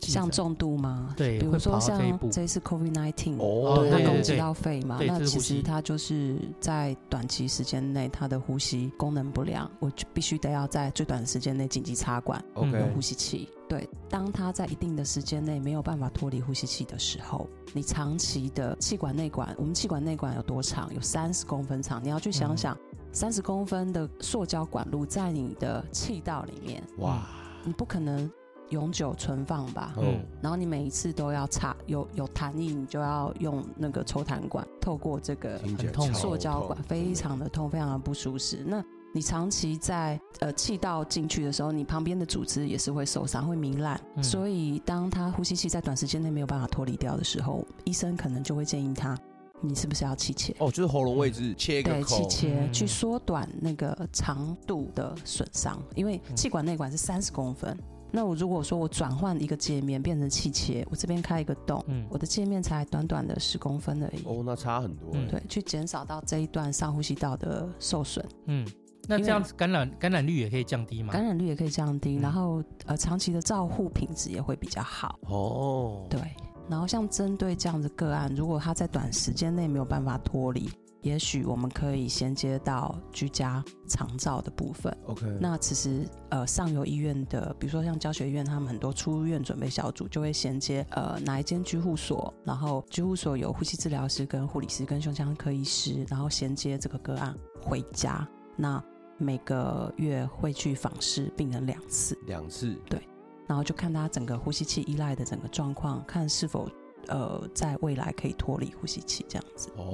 S2: 继承
S3: 像重度吗？
S2: 对，
S3: 比如
S2: 会
S3: 说
S2: 跑到这一
S3: 像
S2: 步。
S3: 这一次 COVID nineteen，、
S1: 哦，
S3: 它
S2: 对
S3: 攻
S2: 对
S3: 击
S2: 对
S3: 到肺嘛，
S2: 对
S3: 那
S2: 这是
S3: 其
S2: 呼吸
S3: 实它就是在短期时间内，它的呼吸功能不良，我就必须得要在最短的时间内紧急插管。用
S2: 嗯
S3: 呼吸器。对，当它在一定的时间内没有办法脱离呼吸器的时候，你长期的气管内管，我们气管内管有多长？有三十公分长，你要去想想。三十公分的塑胶管路在你的气道里面，
S1: 哇，
S3: 你不可能永久存放吧？
S1: 哦
S2: 嗯，
S3: 然后你每一次都要插有有弹力，你就要用那个抽痰管透过这个
S1: 听起来
S2: 很痛
S1: 超
S3: 塑胶
S1: 痛
S3: 管，非常的痛，非常的不舒适。那你长期在呃气道进去的时候，你旁边的组织也是会受伤，会糜烂。
S2: 嗯
S3: 所以，当他呼吸器在短时间内没有办法脱离掉的时候，医生可能就会建议他，你是不是要气切？
S1: 哦，就是喉咙位置切一个
S3: 对，气
S1: 口，
S3: 切
S2: 嗯
S3: 去缩短那个长度的损伤，因为气管内管是三十公分。那我如果说我转换一个界面变成气切，我这边开一个洞，
S2: 嗯
S3: 我的界面才短短的十公分而已。
S1: 哦，那差很多欸。
S2: 嗯
S3: 对，去减少到这一段上呼吸道的受损，
S2: 嗯，那这样子感染感染率也可以降低吗？
S3: 感染率也可以降低，
S2: 嗯
S3: 然后呃长期的照护品质也会比较好。
S1: 哦，
S3: 对，然后像针对这样的个案，如果他在短时间内没有办法脱离，也许我们可以衔接到居家长照的部分。
S1: ，OK，
S3: 那其实呃，上游医院的，比如说像教学医院，他们很多出入院准备小组就会衔接呃哪一间居护所，然后居护所有呼吸治疗师、跟护理师、跟胸腔科医师，然后衔接这个个案回家。那每个月会去访视病人两次，
S1: 两次，
S3: 然后就看他整个呼吸器依赖的整个状况，看是否呃在未来可以脱离呼吸器这样子。
S2: 哦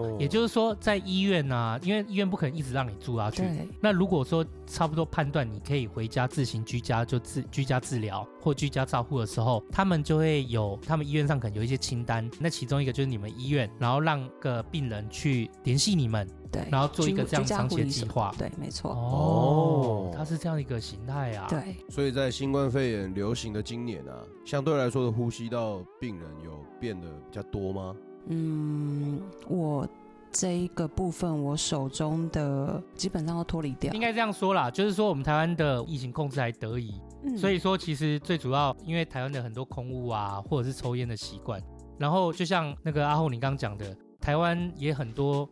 S1: 哦，，
S2: 也就是说在医院啊，因为医院不可能一直让你住下去。
S3: 对，
S2: 那如果说差不多判断你可以回家自行居家就自居家治疗或居家照护的时候，他们就会有他们医院上可能有一些清单，那其中一个就是你们医院，然后让个病人去联系你们，
S3: 对，
S2: 然后做一个这样
S3: 哎居家
S2: 长
S3: 护
S2: 期的
S3: 理
S2: 计
S3: 所
S2: 划。
S3: 对，没错，
S2: 哦
S1: 哦，
S2: 它是这样一个形态啊。，
S3: 对。
S1: 所以在新冠肺炎流行的今年啊，相对来说的呼吸道病人有变得比较多吗？
S3: 嗯，我这一个部分我手中的基本上都脱离掉，
S2: 应该这样说啦，就是说我们台湾的疫情控制还得以，
S3: 嗯
S2: 所以说，其实最主要，因为台湾的很多空屋啊，或者是抽烟的习惯，然后就像那个阿后你刚刚讲的，台湾也很多，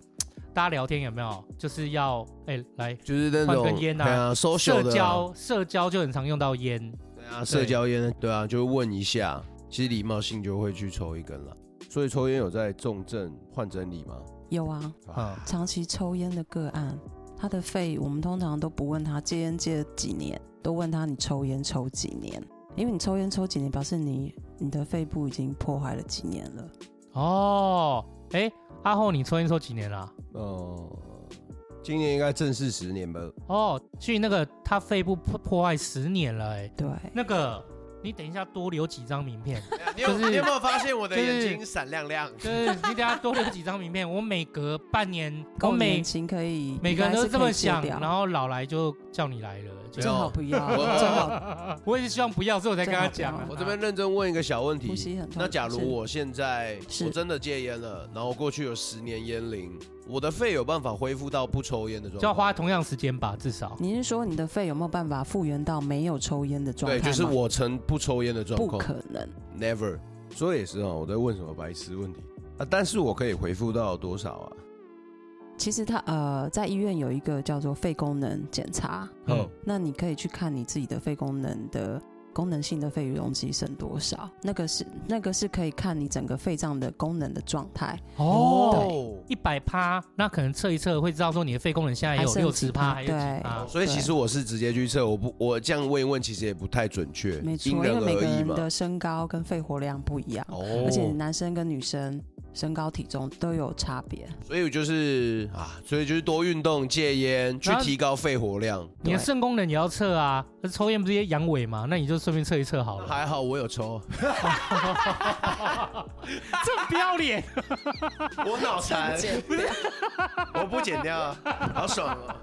S2: 大家聊天有没有，就是要哎、来
S1: 就是那
S2: 换
S1: 种
S2: 根烟啊
S1: 对啊，social
S2: 社
S1: 的啊，
S2: 交，社交就很常用到烟，
S1: 对啊，社交烟，对啊，就问一下，其实礼貌性就会去抽一根了。所以抽烟有在重症患者里吗？
S3: 有啊，
S2: 嗯，
S3: 长期抽烟的个案，他的肺我们通常都不问他戒烟戒几年，都问他你抽烟抽几年，因为你抽烟抽几年，表示你你的肺部已经破坏了几年了。
S2: 哦，哎、阿后你抽烟抽几年啊啦、
S1: 呃，今年应该正式十年吧。
S2: 哦，所以那个他肺部破破坏十年了、哎，
S3: 对，
S2: 那个你等一下多留几张名 片，
S4: 你有
S2: 就是
S4: 你有没有发现我的
S2: 就是
S4: 眼睛闪亮亮？
S2: 就是你等一下多留几张名片，我每隔半 年，我
S3: 够
S2: 每
S3: 年轻可以，
S2: 每个人都这么想，
S3: 应该是可以戒掉
S2: 然后老来就叫你来了。就
S3: 最好不要，
S1: 没有啊
S3: 最好
S4: 啊
S2: 我也是希望不要，所以我才跟他讲啊。
S1: 我这边认真问一个小问
S3: 呼
S1: 题，
S3: 吸很痛。
S1: 那假如
S3: 是
S1: 我现在
S3: 是
S1: 我真的戒烟了，然后过去有十年烟龄，我的肺有办法恢复到不抽烟的状
S2: 就要
S1: 态？
S2: 花同样时间吧，至少。
S3: 你是说你的肺有没有办法复原到没有抽烟的状态
S1: 对，
S3: 吗？
S1: 就是我曾不抽烟的状
S3: 不
S1: 况
S3: 可能。
S1: ，never。所以也是啊、我在问什么白痴问题啊？但是我可以回复到多少啊？
S3: 其实他呃，在医院有一个叫做肺功能检查，
S2: 嗯
S1: 哦，
S3: 那你可以去看你自己的肺功能的功能性的肺容积剩多少，那个是那个是可以看你整个肺脏的功能的状态，
S2: 哦，一百趴，那可能测一测会知道说你的肺功能现在也有
S3: 还剩
S2: 六
S3: 几
S2: 十
S3: 趴
S2: 趴，还有几啊趴
S3: 对。
S1: 所以其实我是直接去测，我不我这样问一问，其实也不太准确，
S3: 没错，
S1: 因
S3: 因
S1: 人
S3: 为每
S1: 而
S3: 个
S1: 异
S3: 人
S1: 嘛。
S3: 的身高跟肺活量不一样，
S1: 哦
S3: 而且男生跟女生身高体重都有差别。
S1: 所以就是啊，所以就是多运动、戒烟，去
S2: 然后
S1: 提高肺活量。
S2: 你的
S3: 对
S2: 肾功能也要测啊，那抽烟不是也阳痿嘛？那你就顺便测一 测好了。
S1: 还好我有抽，
S2: 这不要脸！
S4: 我脑残，我不剪掉啊，好爽哦！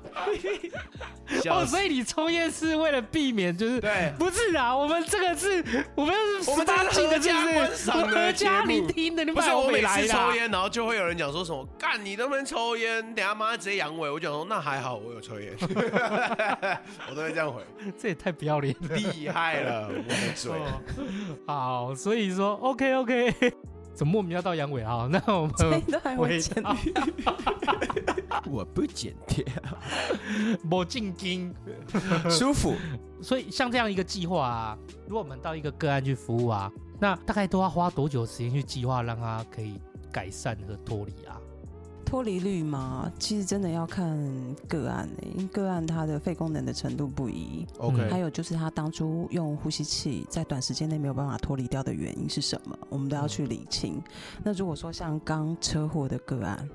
S4: 笑
S2: 哦，
S4: 死
S2: 所以你抽烟是为了避免，就是
S4: 对
S2: 不是啊？我们这个是，我们是
S4: 我们这
S2: 18
S4: 是
S2: 禁
S4: 合
S2: 的，
S4: 家观
S2: 是不是？
S4: 赏的
S2: 合家
S4: 节目
S2: 聆听的，你
S4: 不是
S2: 把
S4: 我
S2: 我
S4: 每
S2: 来
S4: 次
S2: 啦
S4: 抽烟，然后就会有人讲说什么“干你能不能抽烟？”等下妈直接阳痿，我讲说那还好我有抽烟，我都会这样回，
S2: 这也太不要脸了。
S4: 厉害了我的嘴。
S2: 哦 好，所以说 OK OK，怎么 莫名要到阳痿啊？那我
S3: 这
S2: 们
S3: 一段我
S2: 回
S3: 剪
S2: 到
S1: 我不剪掉，
S2: 某进京。
S1: 舒服。
S2: 所以像这样一个计划啊，如果我们到一个个案去服务啊，那大概都要花多久时间去计划让它可以改善和脱离啊？
S3: 脱离率嘛，其实真的要看个案诶、因为个案它的肺功能的程度不一，
S2: 对
S3: 还
S1: ？OK，
S3: 有就是他当初用呼吸器在短时间内没有办法脱离掉的原因是什么，我们都要去理清。
S2: 嗯
S3: 那如果说像刚车祸的个案，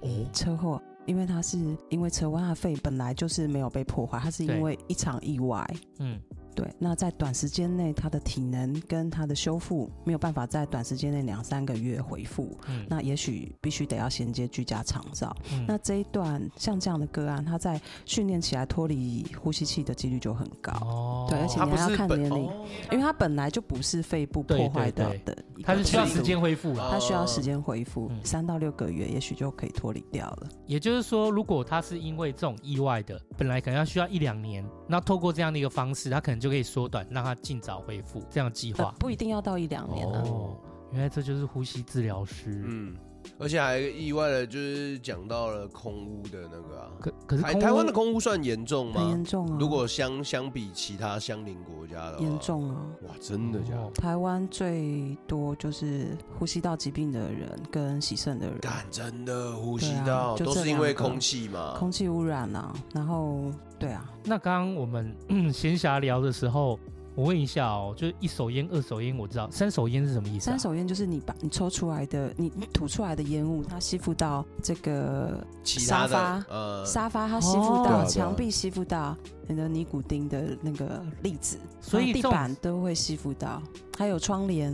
S1: 哦，
S3: 车祸。因为他是因为车祸，他的肺本来就是没有被破坏，他是
S2: 对
S3: 因为一场意外，
S2: 嗯，
S3: 对，那在短时间内，他的体能跟他的修复没有办法在短时间内两三个月恢复，
S2: 嗯
S3: 那也许必须得要衔接居家长照。
S2: 嗯
S3: 那这一段像这样的个案，他在训练起来脱离呼吸器的几率就很高，
S2: 哦，
S3: 对而且
S1: 他不
S3: 你还
S1: 是
S3: 要看
S1: 本
S3: 年龄
S1: 哦
S3: 因为他本来就不是肺部
S2: 对
S3: 破
S2: 对
S3: 坏掉
S2: 对
S3: 的一个
S2: 它是需要
S3: 程
S2: 时
S3: 度。
S2: 间恢复啊啦。
S3: 他需要时间恢复
S2: 嗯，
S3: 三到六个月，也许就可以脱离掉了。
S2: 也就是说，如果他是因为这种意外的，本来可能要需要一两年，那透过这样的一个方式，他可能就可以缩短，让他尽早恢复这样的计
S3: 呃
S2: 划。
S3: 不一定要到一两年啊。
S2: 哦，原来这就是呼吸治疗师。
S4: 嗯，
S1: 而且还意外的就是讲到了空屋的那个啊，
S2: 可可是
S1: 台
S2: 空
S1: 台湾
S2: 屋
S1: 的空屋算严重
S3: 很
S1: 吗
S3: 严？重啊！
S1: 如果相相比其他相邻国家的话
S3: 严，重啊，
S1: 哇，真的假的
S2: 哦？
S3: 台湾最多就是呼吸道疾病的人跟洗肾的人，
S1: 干，真的呼吸
S3: 对啊
S1: 道
S3: 就
S1: 都
S3: 这
S1: 是因为
S3: 两个
S1: 空气嘛？
S3: 空气污染啊，然后对啊，
S2: 那刚刚我们 嗯闲暇聊的时候，我问一下哦，就是一手烟、二手烟，我知道三手烟是什么意思、啊？
S3: 三手烟就是你把你抽出来的，你你吐出来的烟雾，它吸附到这个
S1: 其他
S3: 沙
S1: 的呃，
S3: 沙发，它吸
S2: 对
S3: 附
S2: 啊
S3: 到
S1: 对啊
S3: 墙壁，吸附到你的尼古丁的那个粒子，
S2: 所以
S3: 然后
S2: 这
S3: 地
S2: 种
S3: 板都会吸附到，还有窗帘、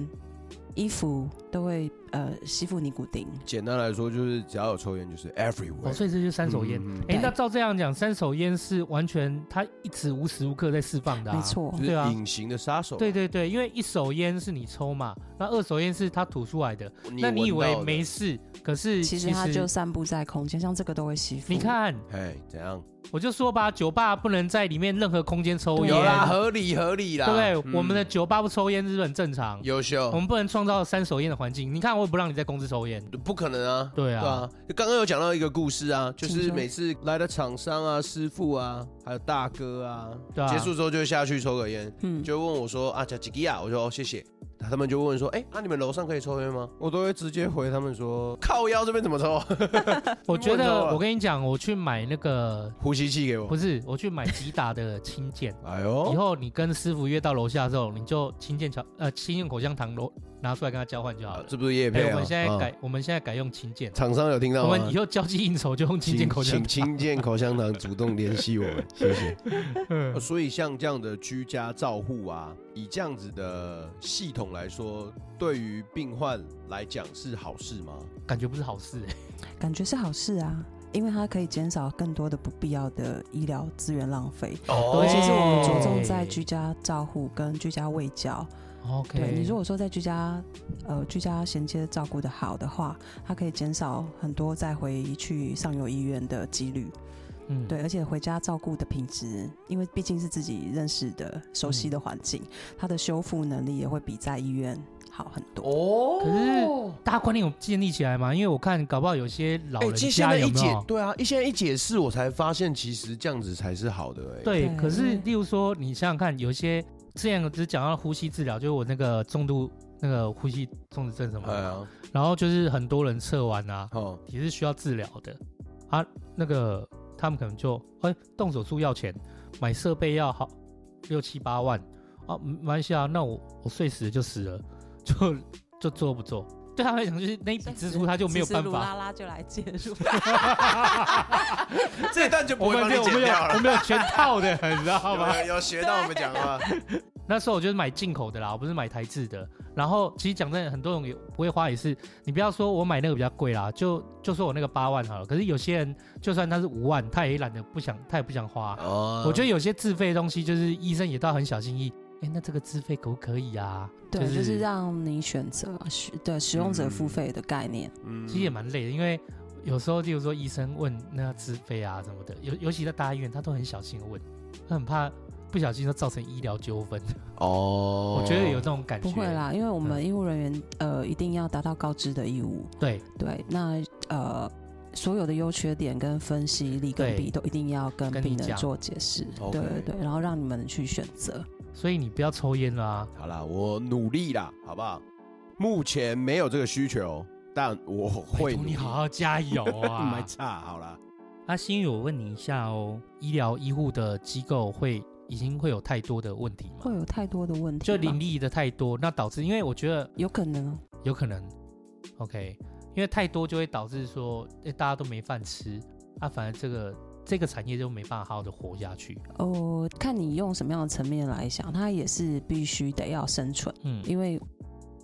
S3: 衣服都会呃吸附尼古丁。
S1: 简单来说就是只要有抽烟就是 everywhere，
S2: 哦，所以这就是三手烟。
S1: 嗯嗯嗯
S2: 哎、
S3: 对
S2: 那照这样讲，三手烟是完全它一直无时无刻在释放的、啊，
S3: 没。错，
S1: 就
S2: 对啊
S1: 是隐形的杀手。
S2: 对，对对，因为一手烟是你抽嘛，那二手烟是它吐出来的，那你以
S1: 闻到
S2: 为
S1: 的
S2: 没？事，可是
S3: 其实它就散布在空间，像这个都会吸附。
S2: 你看，
S1: 哎，怎样？
S2: 我就说吧，酒吧不能在里面任何空间抽
S3: 对啊
S2: 烟
S1: 有，啦，合理合理啦。
S2: 对不对？
S1: 嗯
S2: 我们的酒吧不抽烟是不是很正常？
S1: 优
S2: 我
S1: 秀，
S2: 们不能创造三手烟的环境。你看，我也不让你在公司抽烟。
S1: 不可能啊。
S2: 对
S1: 对
S2: 啊，
S1: 啊，刚刚有讲到一个故事啊，就
S3: 请
S1: 是
S3: 说
S1: 每次来的厂商啊、师傅啊，还有大哥啊，
S2: 对啊
S1: 结束之后就下去抽个烟，
S3: 嗯，
S1: 就问我说啊，叫吉吉亚，我说哦谢谢。他们就问说，哎、啊你们楼上可以抽烟吗？我都会直接回他们说，靠腰这边怎么抽？
S2: 我觉
S1: 不能抽
S2: 得，
S1: 啊
S2: 我跟你讲，我去买那个
S1: 呼吸器给我
S2: 不。是， 我去买吉打的轻剑。
S1: 哎
S2: 以
S1: 呦，
S2: 后你跟师傅约到楼下之后，你就轻剑桥呃轻剑口香糖楼拿出来跟他交换就好
S1: 啊
S2: 了。
S1: 这不是叶
S2: 哎、
S1: 配啊？
S2: 我们现在
S1: 啊
S2: 改、我们现在改用轻剑，
S1: 厂商有啊听到
S2: 我
S1: 吗？
S2: 们以后交际应酬就用轻剑口香
S1: 请请
S2: 糖。
S1: 请见口香糖主动联系我们，谢谢。呃所以像这样的居家照护啊，以这样子的系统来说，对于病患来讲是好事吗？
S2: 感觉不是好事、哎
S3: 感觉是好事啊，因为它可以减少更多的不必要的医疗资源浪费。
S2: 对
S3: 尤其是我们着重
S2: 对
S3: 在居家照护跟居家卫教。
S2: OK，
S3: 对你如果说在居家，呃，居家衔接照顾的好的话，它可以减少很多再回去上游医院的几率。
S2: 嗯
S3: 对，而且回家照顾的品质，因为毕竟是自己认识的、熟悉
S2: 嗯
S3: 的环境，它的修复能力也会比在医院好很多。
S1: 哦
S2: 可是大家观念有建立起来吗？因为我看搞不好有些老
S1: 哎，
S2: 人
S1: 这现
S2: 家
S1: 在
S2: 有
S1: 一
S2: 没
S1: 解
S2: 有？
S1: 对啊，一现在一解释，我才发现其实这样子才是好的哎。
S2: 对，
S3: 对
S2: 可是
S3: 嗯
S2: 例如说，你想想看，有一些之前只讲到呼吸治疗，就是我那个重度那个呼吸中止症什么
S1: 哎
S2: 的，
S1: 呀，
S2: 然后就是很多人测完啊，
S1: 哦，
S2: 也是需要治疗的啊，那个他们可能就哎、动手术要钱，买设备要好六七八万啊，嗯没关系啊，那我我睡死了就死了，就就做不做？对他们来讲，就是那一笔支出他就没有办法。
S3: 拉就来介入。
S1: 这一段就
S2: 我们有我们有我们有全套的， 你知道吗？
S1: 有有学到我们讲话，
S2: 那时候我就是买进口的啦，我不是买台制的。然后其实讲真的，很多人也不会花，也是你不要说我买那个比较贵啦，就就说我那个八万好了。可是有些人就算他是五万，他也懒得不想，他也不想花。
S1: 哦
S2: 我觉得有些自费的东西，就是医生也倒很小心翼翼。哎，那这个自费可不可以啊？
S3: 对，
S2: 就
S3: 就是是让你选择使对使用者付费的概念。
S1: 嗯
S2: 其实也蛮累的，因为有时候，例如说医生问那要自费啊什么的，尤尤其在大医院，他都很小心地问，他很怕不小心就造成医疗纠纷。
S1: 哦，
S2: 我觉得有这种感觉。
S3: 不会，啦，因为我们
S2: 嗯
S3: 医务人员、呃一定要达到告知的义务。
S2: 对，
S3: 对，那呃所有的优缺点跟分析利跟弊
S2: 对
S3: 都一定要跟
S2: 跟你
S3: 病人
S2: 讲
S3: 做解释。
S1: OK
S3: 对对对，然后让你们去选择。
S2: 所以你不要抽烟啦、
S1: 好啦，我努力啦，好不好？目前没有这个需求，但我会
S2: 拜
S1: 努
S2: 托
S1: 力。
S2: 你好好加 油
S1: 买
S2: 啊！
S1: 差好啦。
S2: 那新宇，我问你一下哦，医疗医护的机构会已经会有太多的问题吗？
S3: 会有太多的问题吧，啊
S2: 就林立的太多，那导致因为我觉得
S3: 有可能哦
S2: 有可能，OK，因为太多就会导致说，诶大家都没饭吃，啊，反而这个这个产业就没办法好好的活下去。
S3: 哦，看你用什么样的层面来想，它也是必须得要生存，
S2: 嗯，
S3: 因为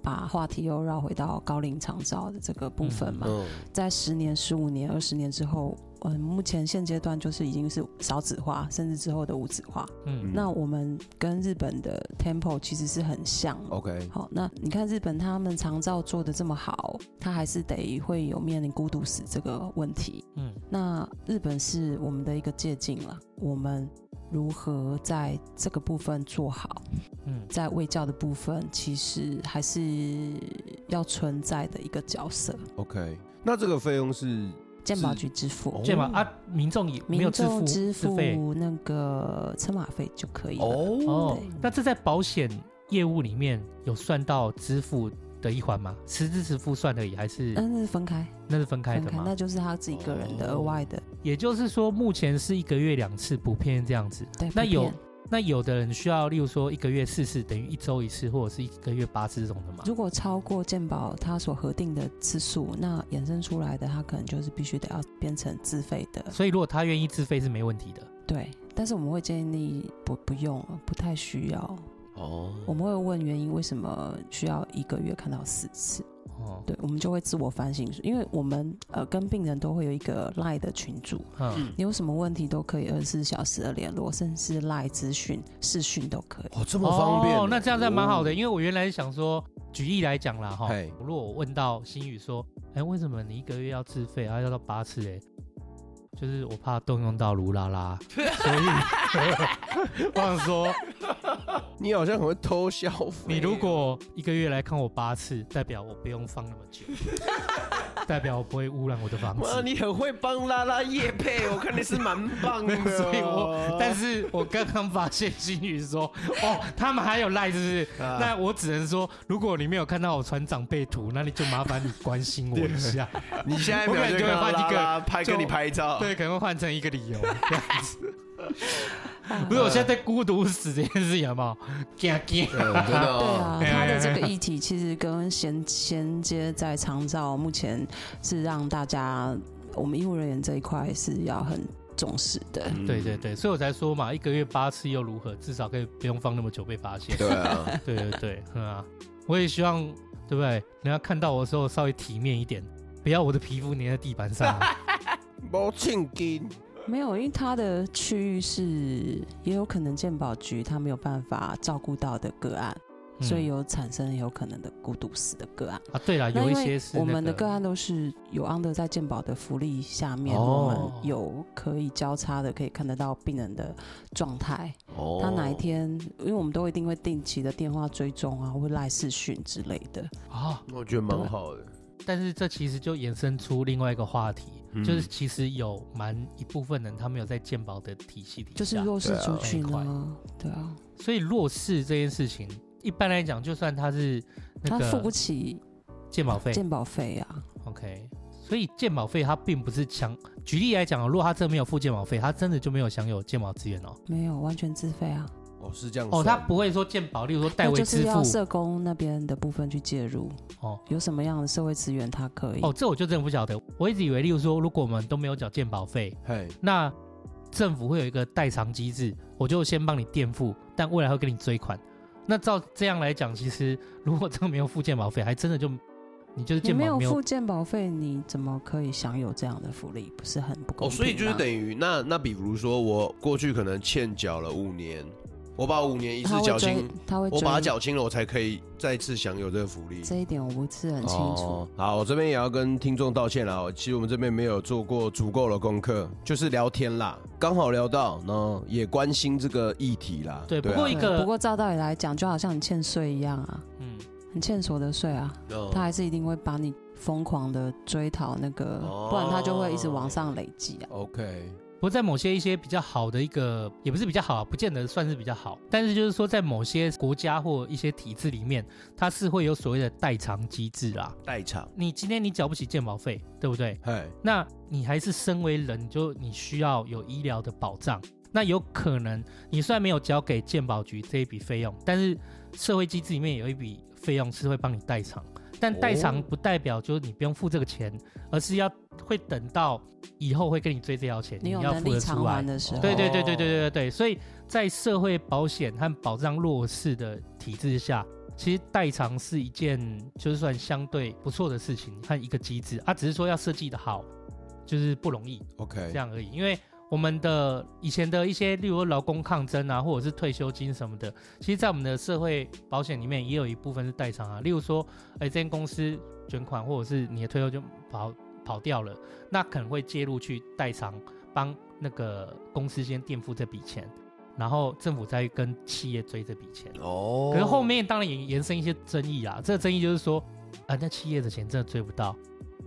S3: 把话题又绕回到高龄长照的这个部分嘛，
S1: 嗯，
S3: 在十年、十五年、二十年之后，嗯，目前现阶段就是已经是少子化，甚至之后的无子化。
S2: 嗯
S3: 那我们跟日本的 tempo 其实是很像的。
S1: OK，
S3: 好，那你看日本他们长照做的这么好，他还是得会有面临孤独死这个问题。
S2: 嗯
S3: 那日本是我们的一个借鉴了，我们如何在这个部分做好，
S2: 嗯
S3: 在卫教的部分，其实还是要存在的一个角色，
S1: OK，那这个费用是
S3: 健保局支付。
S1: 哦
S2: 这嘛啊，民众也没有
S3: 民
S2: 支付
S3: 众支
S2: 自费
S3: 付那个车马费就可以了。
S2: 哦
S3: 对。
S2: 那这在保险业务里面有算到支付的一环吗？实支实付算而已，还是
S3: 嗯，那是分开，
S2: 那是分开
S3: 分
S2: 的
S3: 开，
S2: 吗？
S3: 那就是他自己个人的
S1: 哦
S3: 额外的。
S2: 也就是说，目前是一个月两次，普遍这样子。
S3: 对，
S2: 那
S3: 普
S2: 有
S3: 遍
S2: 那有的人需要，例如说一个月四次，等于一周一次，或者是一个月八次这种的嘛？
S3: 如果超过健保它所核定的次数，那衍生出来的它可能就是必须得要变成自费的，
S2: 所以如果他愿意自费是没问题的。
S3: 对。但是我们会建议不不用，不太需要。
S1: 哦，
S3: 我们会问原因为什么需要一个月看到四次，
S2: 哦，
S3: 对，我们就会自我反省，因为我们呃跟病人都会有一个赖的群组，
S2: 嗯，
S3: 你有什么问题都可以二十四小时的联络，甚至赖资讯、视讯都可以。
S1: 哦这么方便
S2: 哦，那这样子还蛮好的，因
S1: 为
S2: 为我原来是想说，举例来讲啦，哈
S1: 嘿，
S2: 如果我问到新宇说，哎，为什么你一个月要自费，还要到八次？哎，就是我怕动用到卢拉拉，所以我 想说，
S1: 你好像很会偷消费。
S2: 你如果一个月来看我八次，代表我不用放那么 久，代表我不会污染我的房
S4: 哇，
S2: 子。。
S4: 你很会帮拉拉叶配，我看你是蛮棒的
S2: 所以我，但是我刚刚发现新宇说，哦，他们还有赖，是不是？
S1: 啊
S2: 那我只能说，如果你没有看到我传长辈图，那你就麻烦你关心我一下。
S4: 你现在
S2: 我
S4: 秒
S2: 可能
S4: 就
S2: 就
S4: 跟
S2: 会
S4: 拉
S2: 换一个
S4: 拉拍
S2: 就
S4: 跟你拍照，
S2: 对，可能会换成一个理由这样子。不是，我现在在孤独死这件事情好不好？惊惊。
S1: 对真的
S3: 对
S1: 哦，
S3: 啊，
S2: 哎
S3: 它的这个议题其实跟衔衔接在长照，目前是让大家我们医务人员这一块是要很重视的。
S1: 嗯
S2: 对对啊对，所以我才说嘛，一个月八次又如何？至少可以不用放那么久被 发现。
S1: 对啊，
S2: 对对对，嗯啊，我也希望，对不对？人家看到我的时候稍微体面一点，不要我的皮肤粘在地板上。啊
S1: 没庆金
S3: 没有，因为它的区域是也有可能健保局它没有办法照顾到的个案，
S2: 嗯
S3: 所以有产生有可能的孤独死的个案。
S2: 啊，对了，
S3: 那
S2: 有一
S3: 因
S2: 些
S3: 为
S2: 是
S3: 我们
S2: 那
S3: 的个案都是有 under 在健保的福利下面，我
S2: 哦
S3: 们有可以交叉的，可以看得到病人的状态。
S1: 哦
S3: 他哪一天，因为我们都一定会定期的电话追踪啊，或赖视讯之类的。
S2: 啊，
S1: 哦我觉得蛮好的，
S2: 但是这其实就衍生出另外一个话题，就是其实有蛮一部分人他们有在健保的体系底下，
S3: 就是弱势族群
S2: 对啊
S3: 啊，对啊，
S2: 所以弱势这件事情，一般来讲，就算他是那
S3: 他付不
S2: 个
S3: 起
S2: 健保费
S3: 健保费啊，
S2: ，OK，所以健保费它并不是强。举例来讲哦，如果他真的没有付健保费，他真的就没有享有健保资源哦。
S3: 没有完全自费啊，
S1: 哦是这样
S2: 哦，
S1: 算
S2: 他不会说健保，例如说代
S3: 那
S2: 为
S3: 就
S2: 支
S3: 是要
S2: 付
S3: 社工那边的部分去介入，
S2: 哦。
S3: 有什么样的社会资源他可以。
S2: 哦，这我就真的不晓得。我一直以为，例如说，如果我们都没有缴健保费，
S1: 嘿
S2: 那政府会有一个代偿机制，我就先帮你垫付，但未来会给你追款。那照这样来讲，其实如果真的没有付健保费，还真的就你就是
S3: 你
S2: 健
S3: 没
S2: 保
S3: 有
S2: 没有
S3: 付健保费，你怎么可以享有这样的福利？不是很不公平吗
S1: 哦，所以就是等于那那比如说我过去可能欠缴了五年，我把五年一次
S3: 他会
S1: 缴
S3: 追
S1: 清，，
S3: 他会追
S1: 我把它缴清了，我才可以再次享有这个福利。
S3: 这一点我不是很清楚
S1: 哦。。好，我这边也要跟听众道歉啦。其实我们这边没有做过足够的功课，就是聊天啦，刚好聊到，然后也关心这个议题啦。
S2: 对
S1: 啊
S2: 不过一
S3: 对
S2: 个
S3: 不过照道理来讲，就好像你欠税一样啊，
S2: 嗯
S3: 你欠所得税啊，
S1: 嗯
S3: 他还是一定会把你疯狂的追讨那个
S1: 哦，
S3: 不然他就会一直往上累积啊。
S1: OK，
S2: 不过在某些一些比较好的一个，也不是比较好啊，不见得算是比较好，但是就是说在某些国家或一些体制里面，它是会有所谓的代偿机制啊。
S4: 代偿，
S2: 你今天你缴不起健保费，对不对？
S1: 哎，
S2: 那你还是身为人，你就你需要有医疗的保障。那有可能你虽然没有交给健保局这一笔费用，但是社会机制里面有一笔费用是会帮你代偿。但代偿
S4: 哦
S2: 不代表就是你不用付这个钱，而是要会等到以后会跟你追这条钱，
S3: 你有
S2: 要
S3: 能
S2: 付
S3: 力
S2: 得出
S3: 偿还
S2: 来。
S3: 的时候，
S2: 对对对对对
S4: 哦
S2: 对对对，所以在社会保险和保障弱势的体制下，其实代偿是一件就是算相对不错的事情和一个机制，啊，只是说要设计的好，就是不容易这
S1: OK，
S2: 样而已。因为我们的以前的一些，例如劳工抗争啊，或者是退休金什么的，其实，在我们的社会保险里面也有一部分是代偿啊。例如说，哎，这间公司卷款，或者是你的退休金跑跑掉了，那可能会介入去代偿，帮那个公司先垫付这笔钱，然后政府再跟企业追这笔钱。
S4: 哦
S2: 可是后面当然也延伸一些争议啊，这个争议就是说，啊，那企业的钱真的追不到，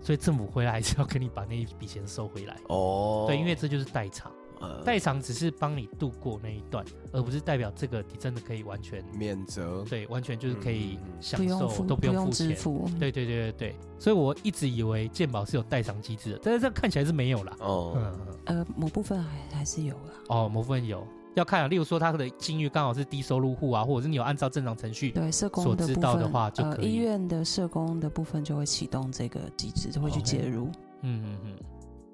S2: 所以政府回来还是要跟你把那一笔钱收回来。
S4: 哦，
S2: 对，因为这就是代偿，
S1: 嗯
S4: 呃
S2: 代偿只是帮你度过那一段，而不是代表这个你真的可以完全
S1: 免责，
S2: 对，完全就是可以
S1: 嗯嗯嗯
S2: 享
S3: 不用
S2: 受，
S3: 付
S2: 都不用
S3: 用
S2: 付
S3: 支
S2: 钱。
S3: 付，
S2: 对对对对对，所以我一直以为健保是有代偿机制的，但是这看起来是没有啦。
S4: 哦
S2: 嗯，嗯
S3: 呃，某部分还还是有啦。
S2: 哦，某部分有要看啊，例如说他的境遇刚好是低收入户啊，或者是你有按照正常程序，
S3: 对社工
S2: 所
S3: 的
S2: 知
S3: 部
S2: 道
S3: 分，
S2: 的话就
S3: 呃，
S2: 可
S3: 医
S2: 以
S3: 院的社工的部分就会启动这个机制，就会去
S2: OK
S3: 介入。
S2: 嗯嗯嗯，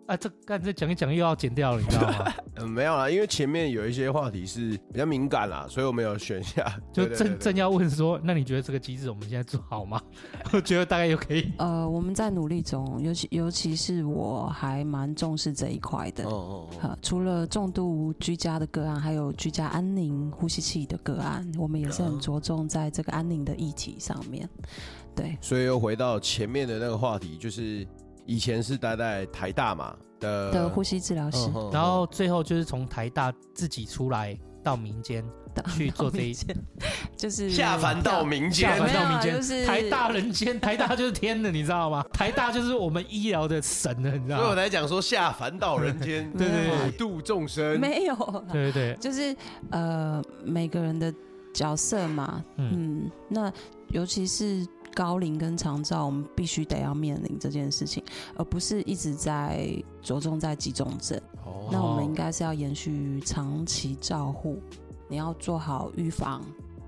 S2: 啊，这干这讲一讲又要剪掉了，你知道 吗？
S1: 嗯，没有啦，因为前面有一些话题是比较敏感啦，所以我们有选一下，对
S2: 就
S1: 对对
S2: 正
S1: 对
S2: 正要问说，那你觉得这个机制我们现在做好吗？ 我觉得大概又可以。
S3: 呃，我们在努力中，尤其尤其是我还蛮重视这一块的。
S1: 哦哦
S3: 呃，除了重度居家的个案，还有居家安宁呼吸器的个案，我们也是
S2: 嗯
S3: 很着重在这个安宁的议题上面。对，
S1: 所以又回到前面的那个话题，就是以前是待在台大嘛的
S2: 呃
S3: 的呼吸治疗师
S1: 嗯嗯嗯
S2: 然后最后就是从台大自己出来到民间
S3: 到
S2: 去做这一
S3: 到民间就是
S4: 下凡到民间
S2: 下，凡到民
S3: 没有啊
S2: 间，
S3: 就是
S2: 台大人间，台大就是天的，你知道吗？台大就是我们医疗的神了，你知
S4: 所以
S2: 道
S4: 我
S2: 吗？
S4: 才讲说下凡到人间，
S3: 对对
S2: 对
S4: 普度众生。
S3: 没有啦，
S2: 对对对，
S3: 就是呃每个人的角色嘛，
S2: 嗯，
S3: 嗯，那尤其是高龄跟长照，我们必须得要面临这件事情，而不是一直在着重在急重症。
S1: 哦
S3: 那我们应该是要延续长期照护，你要做好预防，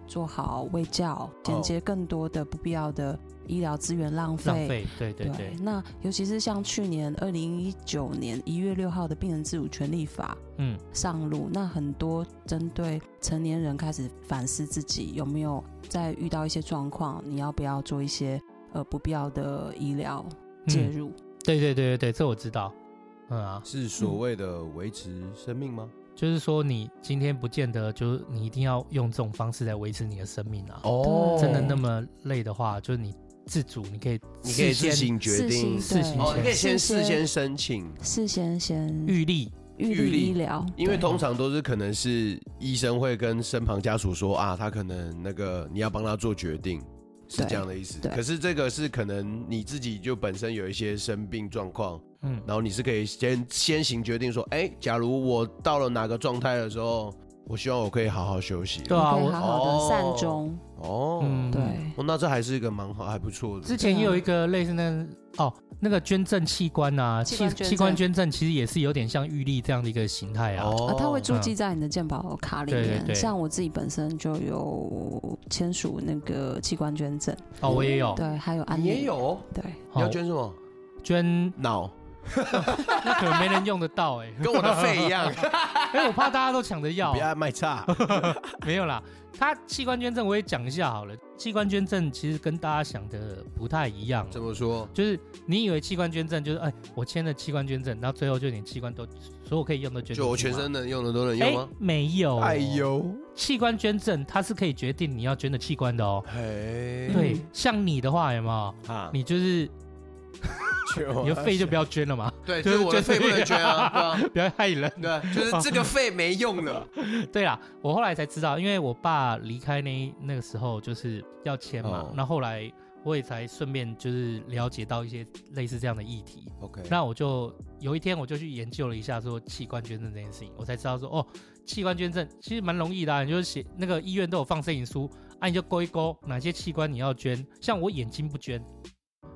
S3: 做好卫教，
S1: 哦
S3: 减节更多的不必要的医疗资源浪
S2: 浪
S3: 费。
S2: 费，对对对，
S3: 那尤其是像去年二零一九年一月六号的病人自主权利法，
S2: 嗯，
S3: 上路，那很多针对成年人开始反思自己有没有在遇到一些状况，你要不要做一些呃不必要的医疗介
S2: 嗯，
S3: 入？
S2: 对对对对对，这我知道。嗯啊，
S1: 是所谓的维持生命吗？
S2: 就是说你今天不见得就是你一定要用这种方式来维持你的生命啊。
S4: 哦
S2: 真的那么累的话，就是你自主，你可以
S4: 你可以自
S2: 事先
S4: 行决定
S2: 事
S3: 事先
S2: 情
S3: 对
S4: 哦，你可以先事
S3: 事
S4: 先
S3: 先
S4: 申请，
S3: 事先先
S2: 预立，
S3: 预
S4: 预立
S3: 立医疗，
S1: 因
S2: 啊
S1: 为
S3: 对
S1: 通常都是可能是医生会跟身旁家属说啊，他可能那个你要帮他做决定，是
S3: 对
S1: 这样的意思。
S3: 对
S1: 可是这个是可能你自己就本身有一些生病状况，
S2: 嗯，
S1: 然后你是可以先先行决定说，哎、假如我到了哪个状态的时候，我希望我可以好好休息。
S2: 对啊，
S3: 可以
S2: 我
S3: 好好
S4: 哦
S3: 的善终，
S1: 哦，
S2: 嗯
S3: 对。
S1: 哦那这还是一个蛮好还不错的。
S2: 之前也有一个类似那个哦，那个捐赠器官啊，
S3: 器
S2: 器
S3: 官捐赠
S2: 器官捐赠其实也是有点像预立这样的一个形态啊。
S1: 哦
S3: 啊，它会注记在你的健保卡里
S2: 对
S3: 面。
S2: 对对
S3: 像我自己本身就有签署那个器官捐赠，
S2: 哦，我也有，
S3: 对，还有安
S4: 你也
S3: 宁，
S4: 有，
S3: 对，
S1: 你要
S2: 哦
S1: 捐什么？
S2: 捐，
S1: 脑
S2: 那可能没人用得到 哎、
S4: 跟我的肺一样。
S2: 因为我怕大家都抢着 要 欸
S1: 不，要卖差。
S2: 没有啦。它器官捐赠我也讲一下好了，器官捐赠其实跟大家想的不太一样，啊
S1: 怎么说？
S2: 就是你以为器官捐赠就是哎，我签了器官捐赠，然后最后就连器官都所有可以用 的捐出
S1: 就我
S2: 去
S1: 全
S2: 嘛
S1: 身能用的都能
S2: 哎
S1: 用吗？
S2: 没有，
S1: 哎，呦，
S2: 器官捐赠它是可以决定你要捐的器官的哦。
S1: 嘿，
S2: 对
S3: 嗯，
S2: 像你的话有没有？
S1: 啊，
S2: 你就是
S1: 就啊哦
S2: 你的肺就不要捐了嘛，
S4: 对，
S2: 就
S4: 就是是我的
S2: 就
S4: 肺
S2: 是
S4: 不能捐啊，对吧？
S2: 不要害人。
S4: 对，就是这个肺没用了。
S2: 对啦，我后来才知道，因为我爸离开那那个时候就是要签嘛
S1: 哦，
S2: 那、后来我也才顺便就是了解到一些类似这样的议题。
S1: OK，
S2: 那我就有一天我就去研究了一下说器官捐赠这件事情，我才知道说哦，器官捐赠其实蛮容易的、啊，你就是写那个医院都有放申请书，啊你就勾一勾哪些器官你要捐，像我眼睛不捐，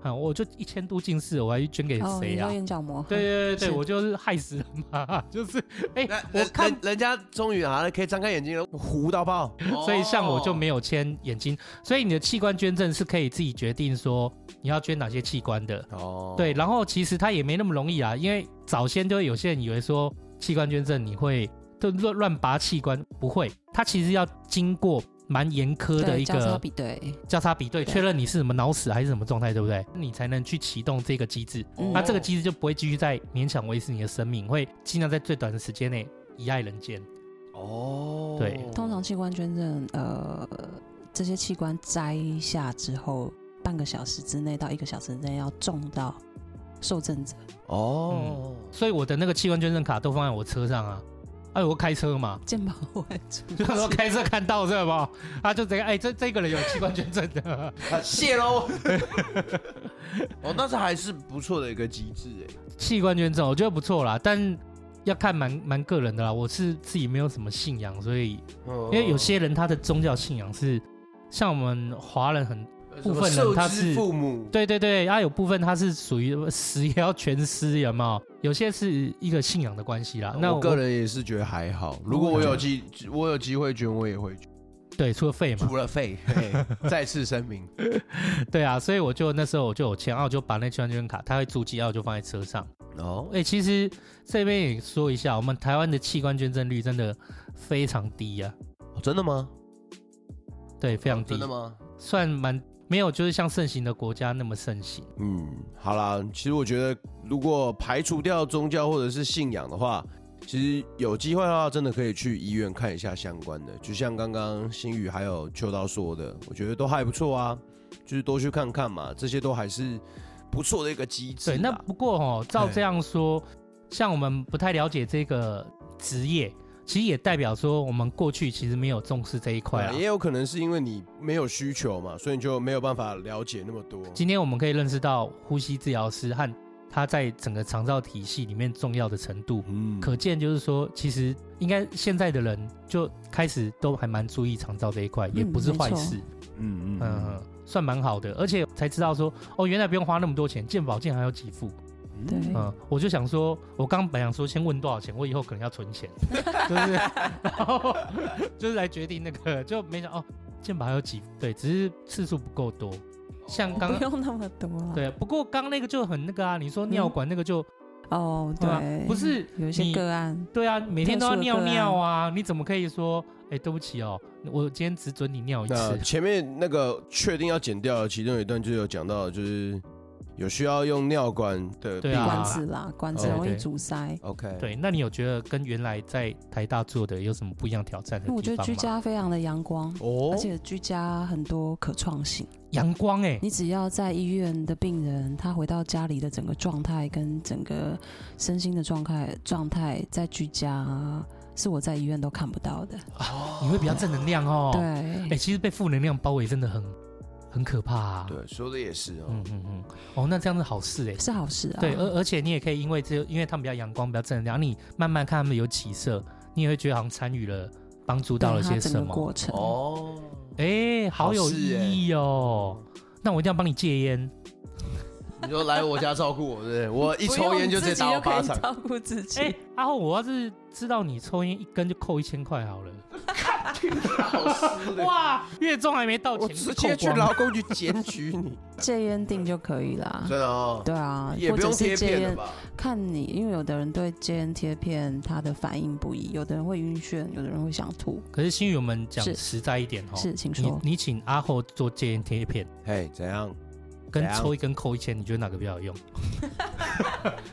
S2: 啊我就一千度近视，我还去捐给
S3: 哦，
S2: 谁
S3: 你
S2: 啊
S3: 说？眼角膜，
S2: 对对对对，
S3: 是
S2: 我就是害死人嘛， 就是哎、
S4: 那
S2: 我
S4: 人
S2: 看
S4: 人人家终于啊可以张开眼睛了，哦
S1: 糊到爆。
S2: 所以像我就
S3: 哦
S2: 没
S4: 有
S2: 有签眼睛，所以你的器官捐赠是可以自己决定说你要捐哪些器官的。
S1: 哦，
S2: 对，，然后其实它也没那么容易啊，因为早先就有些人以为说器官捐赠你会就乱乱拔器官，不会，它其实要经过蛮严苛的
S3: 对，
S2: 一
S3: 交叉
S2: 个
S3: 比对，
S2: 交叉比对，
S3: 对
S2: 确认你是什么脑死还是什么状态，对不对？你才能去启动这个机制，
S3: 嗯
S2: 哦那这个机制就不会继续再勉强维持你的生命，会尽量在最短的时间内遗爱人间。
S4: 哦，
S2: 对
S3: 通常器官捐赠，呃，这些器官摘下之后，半个小时之内到一个小时之内要种到受赠者。
S4: 哦，
S2: 所以我的那个器官捐赠卡都放在我车上啊。哎，我开车 嘛，
S3: 健保会出
S2: 就是说开车看到这不，他就这个，哎，这这个人有器官捐赠的，
S4: 谢 喽。 哦，那这还是不错的一个机制哎。
S2: 器官捐赠我觉得不错啦，但要看蛮蛮个人的啦。我是自己没有什么信仰，所以
S4: 因
S1: 嗯
S2: 因为有些人他的宗教信仰是像我们华人很部分人他是
S4: 父母，
S2: 对对对，啊有部分他是属于死也要全尸，有没有？有些是一个信仰的关系啊啦。那
S1: 我个人也是觉得还好。如果我有机，我有机会捐，我也会捐。
S2: 对除了 肺嘛，
S4: 除了 肺，
S1: 嘿再次声明，
S2: 对啊，所以我就那时候我就有签，然后我就把那器官捐赠卡，他会注记，然后我就放在车上。
S1: 哦，
S2: 哎、其实这边也说一下，我们台湾的器官捐赠率真的非常低呀、
S1: 哦真的吗？
S2: 啊，对，非常低，
S4: 哦真的吗？
S2: 算蛮没有，就是像盛行的国家那么盛行。
S1: 嗯，好啦，其实我觉得，如果排除掉宗教或者是信仰的话，其实有机会的话，真的可以去医院看一下相关的。就像刚刚新宇还有秋刀说的，我觉得都还不错啊，就是多去看看嘛，这些都还是不错的一个机制
S2: 对，
S1: 啦。
S2: 那不过哦，照
S1: 对
S2: 这样说，像我们不太了解这个职业，其实也代表说我们过去其实没有重视这一块
S1: 对
S2: 啊
S4: 哎
S1: 啊。也有可能是因为你没有需求嘛，所以你就没有办法了解那么多。
S2: 今天我们可以认识到呼吸治疗师和他在整个长照体系里面重要的程度。
S1: 嗯，
S2: 可见就是说，其实应该现在的人就开始都还蛮注意长照这一块，也
S3: 嗯
S2: 不是坏
S3: 没错
S2: 事，
S1: 嗯嗯
S2: 嗯，算蛮好的。而且才知道说，哦，原来不用花那么多钱，健保竟然还有几副，
S1: 嗯
S3: 对
S2: 嗯，我就想说，我刚本来想说先问多少钱，我以后可能要存 钱，就是，然后就是来决定那个，就没想哦，健保还有几副对，只是次数不够多，像刚
S3: 哦不用那么多了。
S2: 对，不过刚那个就很那个啊，你说尿管那个就、
S3: 哦，
S2: 对啊
S3: 对，
S2: 不是
S3: 有一些
S2: 你
S3: 个案，
S2: 对啊，每天都要
S3: 特殊的
S2: 尿
S3: 个案
S2: 尿啊，你怎么可以说，哎、对不起哦，我今天只准你尿一
S1: 那
S2: 次，
S1: 前面那个确定要剪掉的其中有一段就有讲到，就是有需要用尿管的
S2: 对
S1: 病
S2: 啊
S3: 管
S1: 患
S3: 子啦，管子
S1: 哦
S3: 容易
S2: 对
S3: 阻塞。
S1: OK，，
S2: 对，那你有觉得跟原来在台大做的有什么不一样挑战的
S3: 那我觉
S2: 地
S3: 得
S2: 方
S3: 居
S2: 吗？
S3: 家非常的阳光，
S1: 哦
S3: 而，且居家很多可创性。
S2: 阳光哎、
S3: 你只要在医院的病人，他回到家里的整个状态跟整个身心的状态状态，在居家是我在医院都看不到的。
S2: 你会比较正能量哦。
S3: 对，
S2: 哎、其实被负能量包围真的很很可怕、啊。，
S1: 对，说的也是哦
S2: 嗯，嗯嗯，哦，那这样是好事哎、
S3: 是好事啊。
S2: 对，而而且你也可以因为这，因为他们比较阳光，比较正能量，你慢慢看他们有起色，你也会觉得好像参与了，帮助
S3: 对
S2: 到了
S3: 他
S2: 些
S3: 整
S2: 什
S3: 个
S2: 么。
S3: 过哎程。
S4: 哦，
S2: 哎、好有意义哦。那我一定要帮你戒烟。
S4: 你说来我家照顾我，对不对？我一
S3: 不
S4: 抽
S3: 用
S4: 烟就直接
S3: 自己
S4: 打我
S3: 可以
S4: 巴掌，
S3: 照顾自己。
S2: 哎、阿后，我要是知道你抽烟一根就扣一千块好了。
S4: 好湿的。
S2: 哇，月中还没到
S1: 我
S2: 钱，
S1: 直接去
S2: 就扣光
S1: 劳工局检举你，
S3: 戒烟定就可以啦。
S4: 真的哦，
S3: 对啊，
S4: 也
S3: 或
S4: 不
S3: 者
S4: 用
S3: 是
S4: 贴
S3: 戒
S4: 片了
S3: 烟，
S4: 吧？
S3: 看你，因为有的人对戒烟贴片他的反应不一，有的人会晕眩，有的人会想吐。
S2: 可是新宇，我们讲
S3: 是
S2: 实在一点哦。
S3: 是，请
S2: 你
S3: 说。
S2: 你请阿后做戒烟贴片。
S1: 嘿，怎样？
S2: 跟
S1: 怎样
S2: 抽一根扣一千，你觉得哪个比较有用？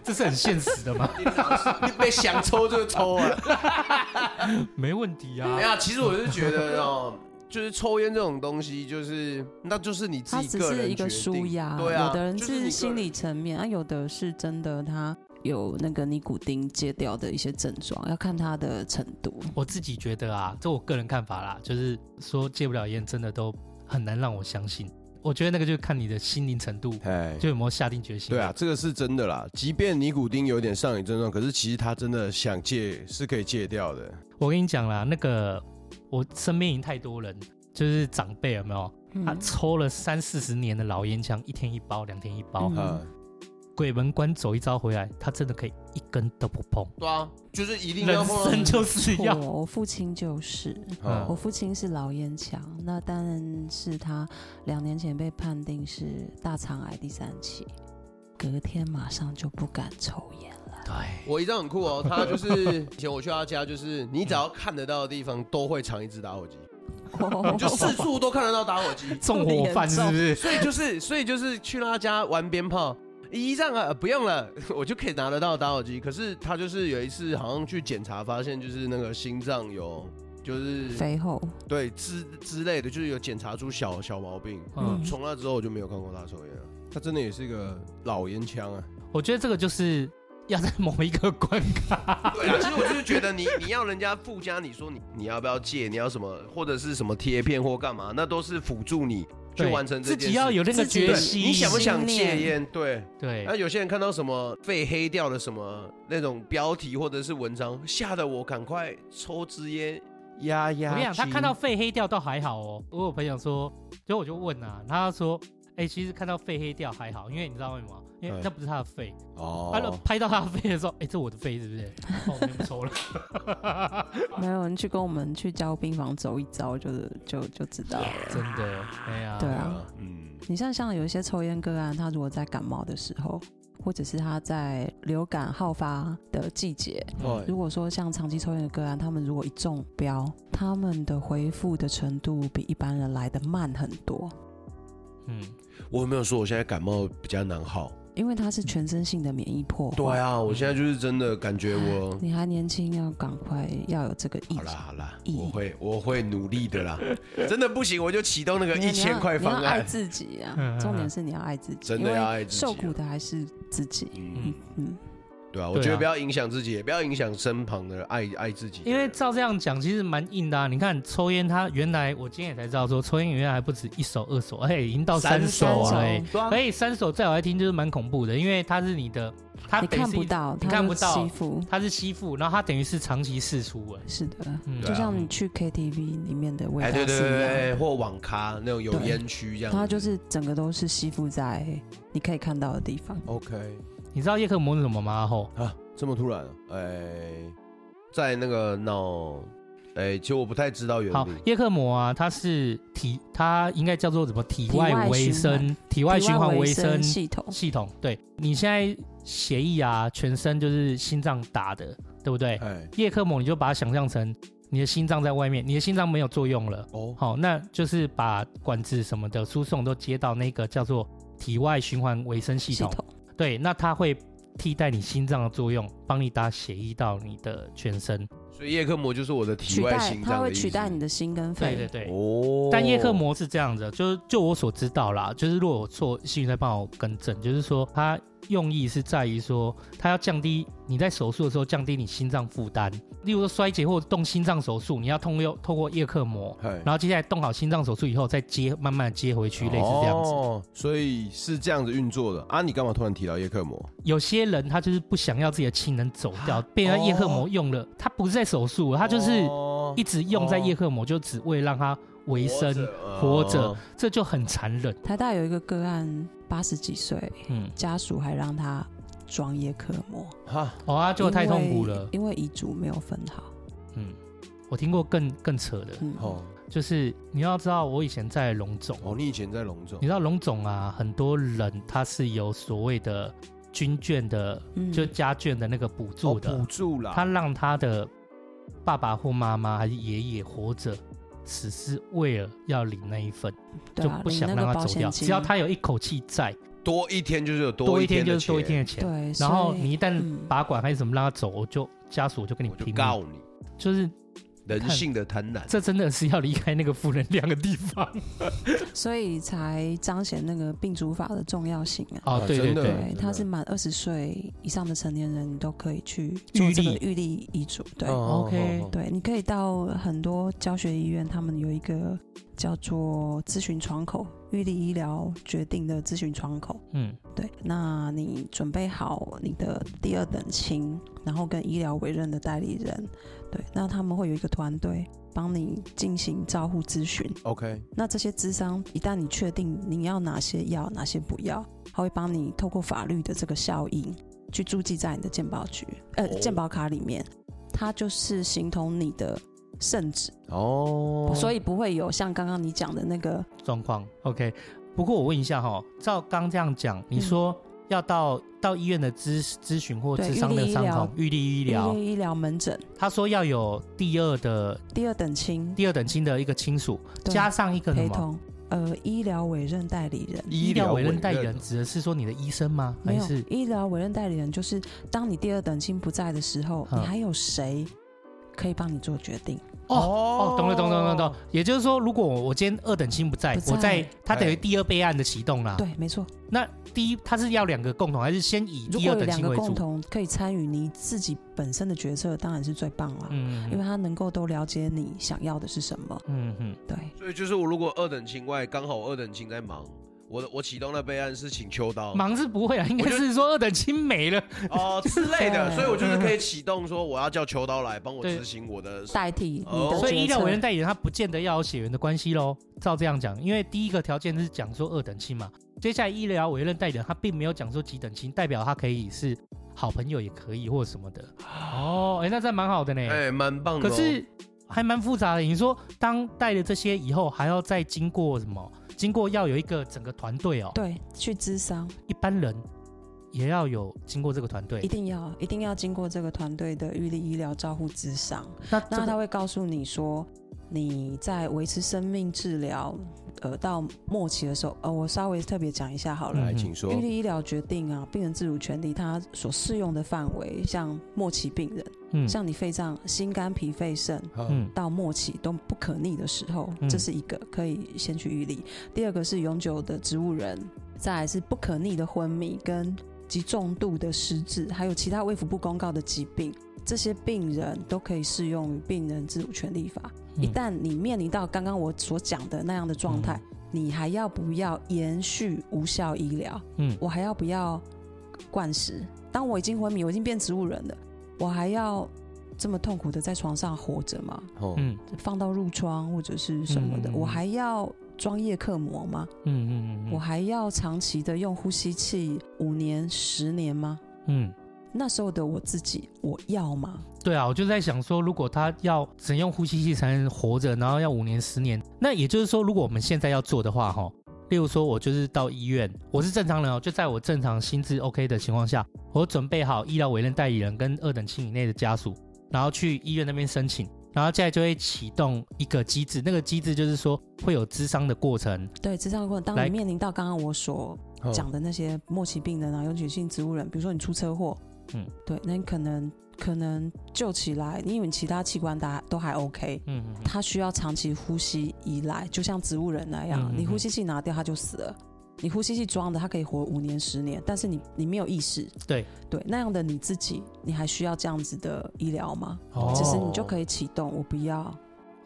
S2: 这是很现实的吗？
S4: 你 被想抽就抽啊！
S2: 没问题啊
S4: 没。有，其实我是觉得哦，就是抽烟这种东西，就是那就是你自
S3: 它
S4: 己
S3: 只
S4: 个人
S3: 是一
S4: 决
S3: 个
S4: 定
S3: 舒压，
S4: 对啊，
S3: 有的人
S4: 就是你个
S3: 是心理层面，啊，有的是真的他有那个尼古丁戒掉的一些症状，要看他的程度。
S2: 我自己觉得啊，这我个人看法啦，就是说戒不了烟，真的都很难让我相信。我觉得那个就是看你的心灵程度，
S5: 哎，
S2: 就有没有下定决心。
S5: 对啊，，这个是真的啦。即便尼古丁有点上瘾症状，可是其实他真的想戒是可以戒掉的。
S2: 我跟你讲啦，那个我身边已经太多人，就是长辈有没有？他
S3: 嗯
S2: 抽了三四十年的老烟枪，一天一包，两天一包，
S3: 嗯
S5: 啊，
S2: 鬼门关走一遭回来，他真的可以一根都不碰。
S1: 对啊，就是一定要
S2: 人
S1: 碰
S2: 生
S1: 到。哦
S2: 就是要
S3: 哦我我父亲就是，
S2: 嗯
S3: 我父亲是老烟枪，那当然是他两年前被判定是大肠癌第三期，隔天马上就不敢抽烟了。
S2: 对，，
S1: 我一张很酷哦，他就是以前我去他家，就是你只要看得到的地方都会藏一只打 火机， 就四处都看得到打火机
S2: 纵火犯是不是？
S1: 所以就是所以就是去他家玩鞭炮。一仗啊，呃不用了， 我就可以拿得到打火机。可是他就是有一次好像去检查，发现就是那个心脏有就是
S3: 肥厚，
S1: 对之之类的，就是有检查出小小毛病。
S2: 嗯
S3: 嗯，
S1: 从那之后我就没有看过他抽烟了。
S5: 他真的也是一个老烟枪 啊。
S2: 我觉得这个就是要在某一个关卡，
S1: 对啊，其实我就是觉得你 你要人家附加你说你你要不要戒，你要什么或者是什么贴片或干嘛，那都是辅助你 去
S2: 对
S1: 完成这
S2: 自
S1: 件事。
S2: 己要有那个
S3: 自己
S2: 决
S1: 对
S3: 的
S2: 心。
S1: 你想不想戒
S3: 信
S1: 烟
S3: 念？
S1: 对，
S2: 对
S1: 那，有些人看到什么被黑掉的什么那种标题或者是文章，吓得我赶快抽支烟压
S2: 我
S1: 压
S2: 跟你
S1: 惊。
S2: 讲，他看到肺黑掉倒还好哦。我有朋友说，所以我就问啊，他说，哎、其实看到肺黑掉还好，因为你知道为什么？因为
S5: 嗯
S2: 那不是他的肺。他、
S5: 哦，
S2: 拍到他的肺的时候，哎、这我的肺是不是？哦，我就不抽了。
S3: 没有人去跟我们去交病房走一遭，就是就就知道了。
S2: 真的，哎呀、
S3: 对啊
S5: 啊嗯，
S3: 你像像有一些抽烟个案，他如果在感冒的时候，或者是他在流感好发的季节，
S2: 哎
S5: 哦，
S3: 如果说像长期抽烟的个案，他们如果一中标，他们的恢复的程度比一般人来的慢很多，
S2: 嗯，
S1: 我有没有说我现在感冒比较难好？
S3: 因为它是全身性的免疫破坏。
S1: 对啊，我现在就是真的感觉我
S3: 你还年轻，要赶快要有这个
S2: 哎
S3: 意
S1: 好
S3: 识
S1: 啦。好啦，
S3: 意义
S1: 我会我会努力的 啦。真的不行，我就启动那个
S3: 你要
S1: 一千块方
S3: 你要爱
S1: 案。
S3: 自己
S2: 嗯嗯
S3: 啊
S2: 嗯！
S3: 重点是你要爱自己，
S1: 真的要爱自己啊
S3: 因为受苦的还是自己。
S1: 嗯，
S3: 嗯，
S1: 对啊，我
S2: 对啊
S1: 觉得不要影响自己，也不要影响身旁的人爱爱自己的人。
S2: 因为照这样讲，其实蛮硬的、啊。你看抽烟，他原来我今天也才知道说，抽烟原来还不止一手、二手，哎、已经到三手了、哎
S3: 三
S1: 对啊
S2: 哎、三手在我来听就是蛮恐怖的，因为它是你的，它
S3: 你
S2: 等于
S3: 看
S2: 是
S3: 不
S2: 一，
S3: 到，
S2: 你
S3: 他
S2: 看
S3: 就
S2: 不到
S3: 欺负，
S2: 它是吸附，然后它等于是长期释出、哎，
S3: 是的，
S2: 嗯，
S1: 对啊
S3: 就像你去 KTV 里面的味
S1: 哎，
S3: 道
S1: 对对
S3: 是
S1: 对
S3: 一
S1: 对，
S3: 样的
S1: 对或网咖那种有
S3: 对
S1: 烟区这样子，
S3: 它就是整个都是吸附在你可以看到的地方。
S5: OK
S2: 你知道叶克膜是什么吗？阿后
S5: 啊，这么突然啊，哎，
S1: 在那个脑，哎，其实我不太知道原
S2: 好
S1: 理。，
S2: 叶克膜啊，它是体，它应该叫做什么？体外
S3: 外
S2: 维
S3: 循环
S2: 生，体外循环
S3: 体
S2: 维
S3: 维
S2: 生
S3: 生系统，
S2: 系统。对你现在血液啊，全身就是心脏打的，对不对？
S5: 哎，
S2: 叶克膜你就把它想象成你的心脏在外面，你的心脏没有作用了，
S5: 哦，
S2: 好，那就是把管子什么的输送都接到那个叫做体外循环维生系
S3: 系
S2: 统。
S3: 统
S2: 对，那它会替代你心脏的作用，帮你打血液到你的全身。
S1: 所以叶克膜就是我的体
S3: 取
S1: 外
S3: 代
S1: 心，
S3: 它
S1: 脏的
S3: 会
S1: 意
S3: 取代
S1: 思
S3: 你的心跟
S2: 对
S3: 肺。
S2: 对对。
S1: 哦
S2: 但叶克膜是这样子的，就是就我所知道啦，就是如果我错，幸运再帮我更正，就是说它用意是在于说，它要降低你在手术的时候降低你心脏负担，例如说衰竭或动心脏手术，你要通过透过叶克膜，
S5: 哎，
S2: 然后接下来动好心脏手术以后再接，慢慢地接回去，类似这样子。
S5: 哦，所以是这样子运作的啊？你干嘛突然提到叶克膜？
S2: 有些人他就是不想要自己的亲人走掉，被人家叶克膜用了，他不是在手术，他就是
S5: 哦
S2: 一直用在叶克膜，就只为了让他维生，
S1: 嗯
S2: 活着，这就很残忍。
S3: 台大有一个个案，八十几岁，
S2: 嗯，
S3: 家属还让他装叶克膜，
S5: 哈，
S2: 哦啊，就太痛苦了。
S3: 因为遗嘱没有分好。
S2: 嗯，我听过更更扯的，
S3: 嗯，
S5: 哦
S2: 就是你要知道，我以前在龙总，
S5: 哦，你以前在龙总
S2: 你知道龙总啊，很多人他是有所谓的军眷的，
S3: 嗯
S2: 就家眷的那个补助的，
S5: 哦补助啦，
S2: 他让他的爸爸或妈妈还是爷爷活着，只是为了要领那一份，
S3: 对
S2: 就
S3: 啊，
S2: 不
S3: 领
S2: 想
S3: 那
S2: 让
S3: 个
S2: 他
S3: 保
S2: 走
S3: 险
S2: 掉。
S3: 金
S2: 只要他有一口气在，
S1: 多一天就是有
S2: 多一天
S1: 天的
S2: 就是多一
S1: 钱
S2: 天的钱。
S3: 对，
S2: 然后
S3: 所以
S2: 你一旦
S3: 嗯
S2: 拔管还是什么让他走，我就家属就跟你
S1: 我就
S2: 拼
S1: 告
S2: 了。
S1: 你，
S2: 就是
S1: 人性的贪婪。
S2: 这真的是要离开那个负能量的地方
S3: 所以才彰显那个病主法的重要性啊。
S2: 哦，
S5: 啊
S2: 对对
S5: 真的
S2: 对，
S3: 对，
S5: 真
S3: 他是满二十岁以上的成年人，你都可以去
S2: 预
S3: 做
S2: 立
S3: 这个预立遗嘱。对
S5: 哦哦
S2: OK
S5: 哦哦
S3: 对，你可以到很多教学医院，他们有一个叫做咨询窗口，玉立医疗决定的咨询窗口。
S2: 嗯，
S3: 对，那你准备好你的第二等亲，然后跟医疗委任的代理人，对，那他们会有一个团队帮你进行照护咨询。
S2: 哦
S6: OK，
S3: 那这些咨商，一旦你确定你要哪些要，哪些不要，他会帮你透过法律的这个效应去注记在你的健保局呃
S6: 哦
S3: 健保卡里面，它就是形同你的圣旨，
S6: 哦，
S3: 所
S6: 以
S3: 以不会有像刚刚你讲的那个
S2: 状况 OK。不过我问一下哈、照刚这样讲，你
S3: 嗯
S2: 说要到、到医院的咨咨询或
S3: 对
S2: 智商的
S3: 预立医
S2: 伤
S3: 疗
S2: 口，预立医
S3: 医
S2: 疗，
S3: 医疗门诊
S2: 他说要有第二的
S3: 第二等亲
S2: 第二等亲的一个亲属，
S3: 对
S2: 加上一个什
S3: 陪
S2: 么
S3: 同呃医疗委任代理人。
S2: 医疗委任代理
S6: 人
S2: 人，指的是说你的医生吗？
S3: 没
S2: 还
S3: 有
S2: 是
S3: 医疗委任代理人，就是当你第二等亲不在的时候，
S2: 嗯
S3: 你还有谁可以帮你做决定？
S2: 哦，懂了，懂了懂了懂了。也就是说，如果我我今天二等亲不在，
S3: 不在
S2: 我在他等于
S6: 哎
S2: 第二备案的启动啦。，
S3: 对，没错。
S2: 那第一他是要两个共同，还是先以
S3: 如
S2: 第
S3: 果
S2: 二
S3: 有
S2: 等
S3: 两
S2: 亲
S3: 个
S2: 为
S3: 共
S2: 主？
S3: 同可以参与你自己本身的决策，当然是最棒了，
S2: 嗯
S3: 因为他能够都了解你想要的是什么。
S2: 嗯嗯，
S3: 对，
S1: 所以就是我如果二等亲外，刚好我二等亲在忙，我的我启动的备案是请秋刀
S2: 忙是不会啊，应该是说二等亲没了。
S1: 哦之类的，
S3: 对
S1: 所以我就是可以启动说我要叫秋刀来帮我
S2: 啊对
S1: 执行我的
S3: 代替你
S1: 哦
S3: 的
S2: 所以医
S3: 决
S2: 疗
S3: 策
S2: 委。任代理人他不见得要有血缘的关系喽。照这样讲，因为第一个条件是讲说二等亲嘛，接下来医疗委任代理人他并没有讲说几等亲，代表他可以是好朋友也可以或什么的。哦，哎、那这样蛮好的呢。
S1: 哎，蛮棒的
S2: 可
S1: 哦。
S2: 是还蛮复杂的。你说当带了这些以后，还要再经过什么？经过要有一个整个团队哦，
S3: 对，去咨商
S2: 一般人也要有经过这个团队
S3: 一。定要一定要经过这个团队的预立医疗照护咨商，
S2: 那这
S3: 那
S2: 个
S3: 他会告诉你说你在维持生命治疗呃到末期的时候，呃，我稍微特别讲一下好
S2: 嗯
S3: 了。
S6: 来，请说
S3: 预。立医疗决定啊，病人自主权利，它所适用的范围，像末期病人，
S2: 嗯
S3: 像你肺脏、心肝、脾、肺、肾，
S6: 嗯，
S2: 嗯
S3: 到末期都不可逆的时候，
S2: 嗯
S3: 这是一个可以先去预立。第二个是永久的植物人，再来是不可逆的昏迷跟极重度的失智，还有其他卫福部公告的疾病，这些病人都可以适用于病人自主权利法。
S2: 嗯
S3: 一旦你面临到刚刚我所讲的那样的状态，你还要不要延续无效医疗？
S2: 嗯
S3: 我还要不要灌食？当我已经昏迷，我已经变植物人了，我还要这么痛苦的在床上活着吗？
S6: 哦，
S2: 嗯
S3: 放到褥疮或者是什么的，
S2: 嗯
S3: 我还要装叶克膜吗？
S2: 嗯嗯嗯
S3: 我
S2: 嗯
S3: 还要长期的用呼吸器五年、十年吗？
S2: 嗯，
S3: 那时候的我自己，我要吗？
S2: 对啊，我就在想说，如果他要只用呼吸器才能活着，然后要五年十年，那也就是说，如果我们现在要做的话，哈。例如说，我就是到医院，我是正常人哦，就在我正常心智 OK 的情况下，我准备好医疗委任代理人跟二等亲以内的家属，然后去医院那边申请，然后接下来就会启动一个机制，那个机制就是说会有咨商的过程，
S3: 对，智商过程，当
S2: 来
S3: 你面临到刚刚我所
S6: 哦
S3: 讲的那些末期病人啊、永久性植物人，比如说你出车祸，
S2: 嗯
S3: 嗯，对，那你可能可能救起来，你以为你其他器官大都还 OK，
S2: 嗯嗯
S3: 他需要长期呼吸依赖，就像植物人那样，
S2: 嗯嗯嗯
S3: 你呼吸器拿掉他就死了。你呼吸器装的，他可以活五年、十年，但是你你没有意识，
S2: 对
S3: 对，那样的你自己，你还需要这样子的医疗吗？
S2: 哦
S3: 其实你就可以启动，我不要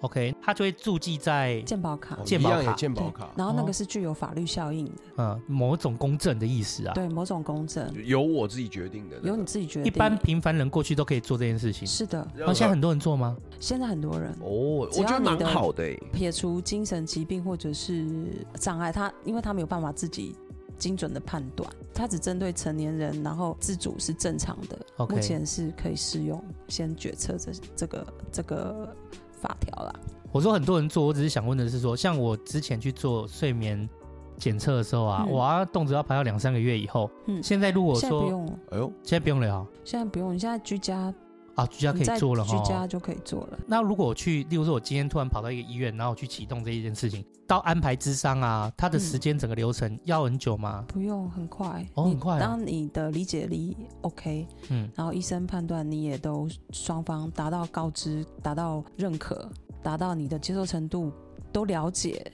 S2: ，OK，他就会注记在
S3: 健保卡
S6: 哦，
S2: 健
S6: 一
S2: 保
S6: 样
S2: 卡
S6: 有健保
S3: 对
S6: 卡，
S3: 然后那
S2: 哦
S3: 个是具有法律效应的，
S2: 嗯某种公证的意思啊，
S3: 对某种公正，
S1: 由我自己决定的那个，
S3: 由你自己决定。
S2: 一般平凡人过去都可以做这件事情，
S3: 是的，
S1: 任
S2: 然后
S1: 何
S2: 哦现在很多人做吗？
S3: 现在很多人
S1: 哦，我
S3: 只
S1: 觉得
S3: 要你
S1: 蛮
S3: 的
S1: 好的欸，
S3: 撇除精神疾病或者是障碍，他因为他没有办法自己精准的判断，他只针对成年人，然后自主是正常的
S2: OK
S3: 目前是可以适用先决策这这个这个法条啦。
S2: 我说很多人做，我只是想问的是说，像我之前去做睡眠检测的时候啊，
S3: 嗯
S2: 我啊动辄要排到两三个月以后，
S3: 嗯，
S2: 现在如果
S3: 现在不
S2: 说
S3: 用，
S6: 哎呦，
S2: 现在不用了哦
S3: 现在不用，你现在居家
S2: 啊，居家可
S3: 你在
S2: 以做了
S3: 居
S2: 哈
S3: 家。就可以做了。
S2: 那如果我去，例如说，我今天突然跑到一个医院，然后我去启动这一件事情，到安排智商啊，它的
S3: 嗯
S2: 时间整个流程要很久吗？
S3: 不用，很快。
S2: 哦
S3: 你
S2: 很快啊
S3: 当你的理解力 OK，
S2: 嗯，
S3: 然后医生判断你也都双方达到告知、达到认可、达到你的接受程度，都了解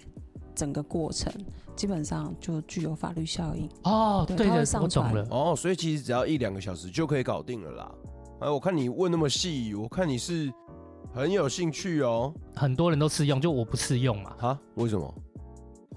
S3: 整个过程，基本上就具有法律效应。
S2: 哦，
S3: 对
S2: 对
S3: 它会
S2: 的，
S3: 上
S2: 我懂
S3: 传
S2: 了。
S6: 哦，所以其实只要一两个小时就可以搞定了啦。哎，我看你问那么细，我看你是
S7: 很有兴趣哦。
S2: 很多人都适用，就我不适用嘛，
S7: 哈，为什么？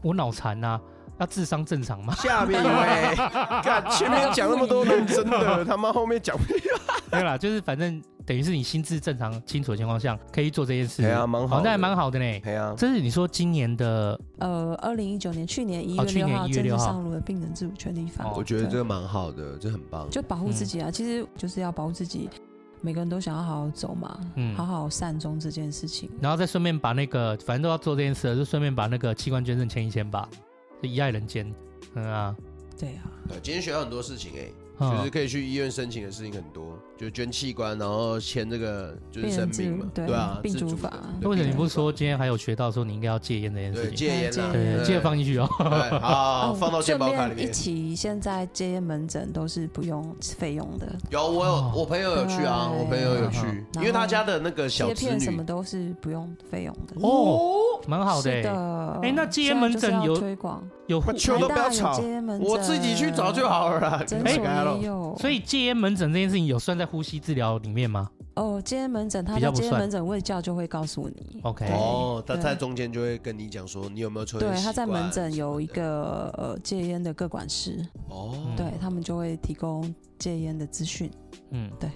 S2: 我脑残呐、那智商正常吗？
S7: 下面喂，看前面讲那么多认真的，他妈后面讲不了。
S2: 没有啦，就是反正等于是你心智正常清楚的情况下，可以做这件事。
S7: 哎呀，蛮好
S2: 哦
S7: 的，
S2: 那还蛮好的呢。
S1: 啊
S7: 哎呀，
S2: 这是你说今年的
S3: 呃，二零一九年去年一月
S2: 哦去
S3: 六
S2: 年
S3: 号
S2: 1月
S3: 正式
S2: 6号
S3: 上路的病人自主权利法，
S2: 哦嗯
S1: 我觉得
S3: 对
S1: 这个蛮好的，这很棒。
S3: 就保护自己啊，其实就是要保护自己。每个人都想要好好走嘛，
S2: 嗯
S3: 好好善终这件事情。
S2: 然后再顺便把那个，反正都要做这件事了，就顺便把那个器官捐赠签一签吧，就一爱人间，嗯啊，
S3: 对啊，
S1: 对，今天学到很多事情哎、
S2: 嗯
S1: 就是可以去医院申请的事情很多，就捐器官，然后签这个就是
S3: 病
S1: 生
S3: 人自
S1: 命嘛，
S3: 对
S1: 啊，
S3: 病
S1: 自主
S3: 主
S1: 的
S3: 法
S1: 对
S2: 为什么
S1: 病
S2: 你
S1: 主
S2: 不
S1: 法
S2: 说今天还有学到说你应该要戒烟这件事
S1: 对
S2: 情？
S1: 戒烟啦？
S3: 戒
S2: 对，
S3: 烟
S2: 记得放进去哦。
S1: 对，好，
S3: 哦
S1: 放到健
S3: 顺
S1: 保卡
S3: 便
S1: 里
S3: 一
S1: 面。
S3: 起，现在戒烟门诊都是不用费用的，
S1: 有，我有
S2: 哦，
S1: 我朋友有去啊，
S3: 对
S1: 我朋友有去，因为他家的那个小
S3: 贴
S1: 侄
S3: 片什
S1: 女
S3: 么，都是不用费用的。
S2: 哦，蛮好的
S3: 是
S2: 欸，
S3: 的。
S2: 哎那戒烟门诊有
S3: 现在就是要推广，
S2: 有
S7: 我求都不要
S3: 台大有
S7: 吵
S3: 戒，烟门诊
S1: 我自己去找就。好了啦。
S3: 诊
S2: 哎
S3: 所也有，
S2: 所以戒烟门诊这件事情有算在呼吸治疗里面吗
S3: 哦，戒烟门诊，他
S2: 比较
S3: 在
S2: 不
S3: 戒烟
S2: 算
S3: 门诊卫教就会告诉你。
S2: ？OK，
S3: 对
S1: 哦，他
S3: 对
S1: 在中间就会跟你讲说你有没有抽烟
S3: 对，他
S1: 哦习
S3: 在
S1: 惯
S3: 门诊有一
S1: 什么
S3: 个呃戒烟的各管师，
S1: 的哦
S2: 嗯，
S3: 对他们就会提供戒烟的资讯。
S2: 嗯，
S3: 对。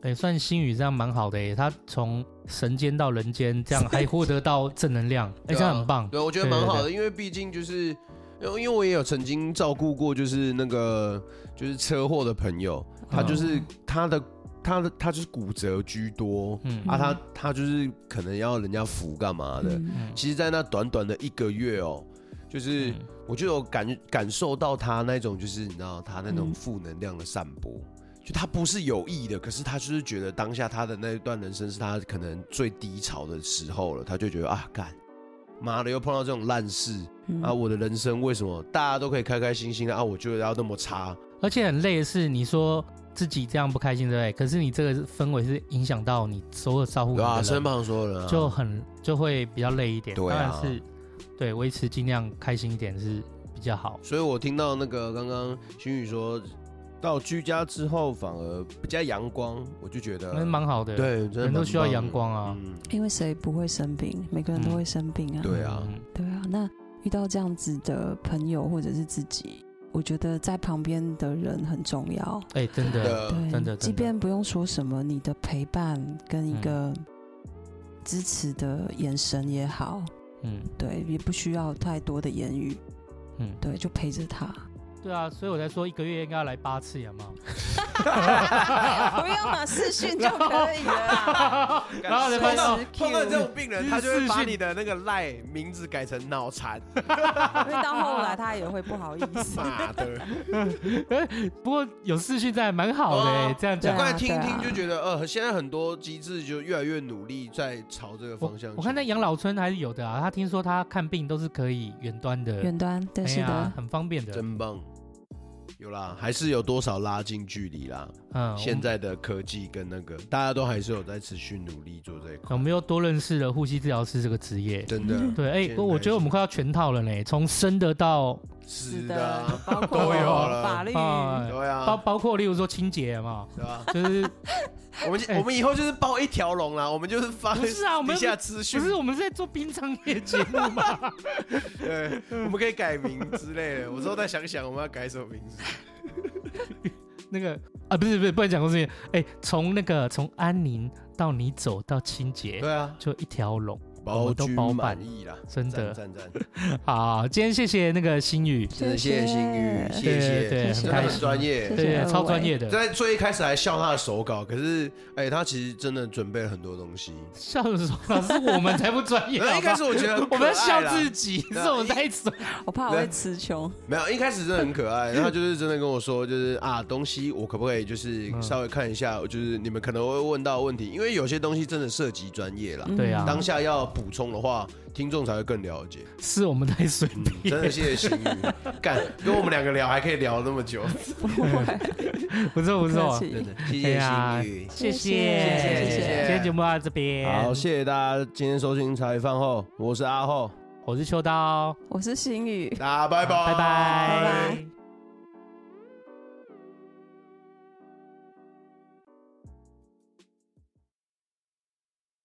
S2: 哎，算星宇这样蛮好的哎，他从神间到人 间，这样还获得到正能量，哎，
S1: 对啊
S2: 这样很棒。
S1: 对，我觉得蛮好的，因为毕竟就是，因为因为我也有曾经照顾过，就是那个就是车祸的朋友，
S2: 嗯
S1: 他就是
S3: 嗯
S1: 他的他的他就是骨折居多
S2: 嗯
S1: 啊，他他就是可能要人家扶干嘛的。
S3: 嗯
S2: 嗯
S1: 其实，在那短短的一个月哦，就是
S2: 嗯
S1: 我就有感感受到他那种就是你知道他那种
S3: 嗯
S1: 负能量的散播。就他不是有意的，可是他就是觉得当下他的那一段人生是他可能最低潮的时候了，他就觉得啊，干妈的又碰到这种烂事
S3: 嗯
S1: 啊！我的人生为什么大家都可以开开心心的啊，我就要那么差？
S2: 而且很累的是，你说自己这样不开心，对不对？可是你这个氛围是影响到你所有照顾你
S1: 对
S2: 的
S1: 啊，
S2: 人
S1: 身旁所有人啊
S2: 就很就会比较累一点。
S1: 对
S2: 当
S1: 啊
S2: 然是对维持尽量开心一点是比较好。
S1: 所以我听到那个刚刚新宇说
S7: 到居家之后反而
S1: 比较阳光，我就觉得
S2: 那蛮好的，，
S1: 对，真的
S2: 人都
S1: 蛮
S2: 需要
S1: 棒的
S2: 阳光啊
S1: 嗯
S3: 因为谁不会生病？每个人都会生病啊。
S1: 对啊
S2: 嗯
S3: 对啊，那遇到这样子的朋友或者是自己，我觉得在旁边的人很重要。
S2: 哎、真的，
S1: 的
S3: 对，
S2: 真的
S3: 即
S2: 真的
S3: 便不用说什么，你的陪伴跟一个
S2: 嗯
S3: 支持的眼神也好，
S2: 嗯
S3: 对，也不需要太多的言语，
S2: 嗯，
S3: 对，就陪 着他。
S2: 对啊，所以我才说一个月应该要来八次，有没有？
S3: 不用嘛，视讯就可以 了啦。
S2: 然后才发
S1: 碰到碰到
S2: 现，
S3: 随时 Q
S1: 这种病人，
S2: 就是
S1: 他就会
S2: 视
S1: 把
S2: 讯
S1: 你的那个赖名字改成脑 残，
S3: 因为到后来他也会不好意思。
S2: 啊
S1: 妈的！
S2: 不过有视讯在蛮好的、哎
S1: 哦
S2: 这样
S1: 我
S2: 讲
S1: 刚。才听一
S3: 对
S1: 听
S3: 啊
S1: 就觉得，呃，现在很多机制就越来越努力在朝这个
S2: 我
S1: 方向去。
S2: 我看在养老村还是有的啊，他听说他看病都是可以远端的，
S3: 远端，对，是
S2: 哎呀
S3: 的，
S2: 很方便的。
S1: 真棒，有啦，还是有多少拉近距离啦。
S2: 嗯，
S1: 现在的科技跟那个，大家都还是有在持续努力做这一
S2: 啊我们
S1: 块
S2: 我，们又多认识了呼吸治疗师这个职业。
S1: 真的
S2: 对，哎、
S1: 现在
S2: 我我觉得我们快要全套了呢，从生的到
S1: 是的啊，
S3: 包括
S1: 都有了
S3: 法律，
S2: 啊，
S1: 对
S2: 包
S1: 啊，
S2: 包括例如说清洁嘛，
S1: 对啊，
S2: 就是
S1: 我们
S2: 哎
S1: 我们以后就是包一条龙啦，我们就是发
S2: 不是啊我们
S1: 底下资
S2: 不
S1: 讯，
S2: 是我们是在做冰场业节 目嘛？
S1: 对，
S2: 嗯
S1: 我们可以改名之类的。我之后再想想我们要改什么名字。
S2: 那个啊，不是不是，不能讲公司名。哎、从那个从安宁到你走到清洁，
S1: 啊，
S2: 就一条龙，我
S1: 包
S2: 们都
S1: 君
S2: 包办
S1: 满意啦，
S2: 真
S1: 赞
S2: 的
S1: 赞赞，
S2: 好。今天谢谢那个星宇，
S1: 真的谢谢心宇，谢
S2: 对啊
S1: 谢，
S2: 对
S1: 真
S2: 很
S1: 的
S2: 开
S1: 很
S2: 心，
S1: 专业
S3: 谢。
S2: 对
S3: 二位
S2: 超专业的，
S1: 在最一开始还笑他的手稿，可是哎、他其实真的准备了很多东西。
S2: 笑什么？老师我们才不专业，
S1: 那一开始我觉得很可
S2: 我
S1: 爱啦
S2: 们要笑自己，是
S1: 对啊
S2: 我们太蠢。
S3: 我怕我
S1: 对
S3: 会词穷。
S1: 没有，一开始真的很可 爱，然后他就是真的跟我说，就是啊，东西我可不可以就是
S2: 嗯
S1: 稍微看一下，就是你们可能会问到的问题，因为有些东西真的涉及专业啦。
S3: 嗯
S2: 对啊
S1: 当下要补充的话，听众才会更了解。
S2: 是我们太随
S1: 嗯，
S2: 便
S1: 真的谢谢心宇，干跟我们两个聊还可以聊那么久，
S3: 不会，
S2: 不错 不
S3: 客
S2: 错，
S3: 气
S1: 真的谢
S2: 哎
S1: 谢
S2: 呀
S1: 心宇，
S2: 谢
S3: 谢谢谢谢
S2: 今天节目到这边，
S7: 好，谢谢大家今天收听茶余饭后，我是阿后。
S2: 我是秋刀，
S3: 我是心宇。
S1: 大家拜拜，
S2: 拜
S3: 拜拜
S2: 拜。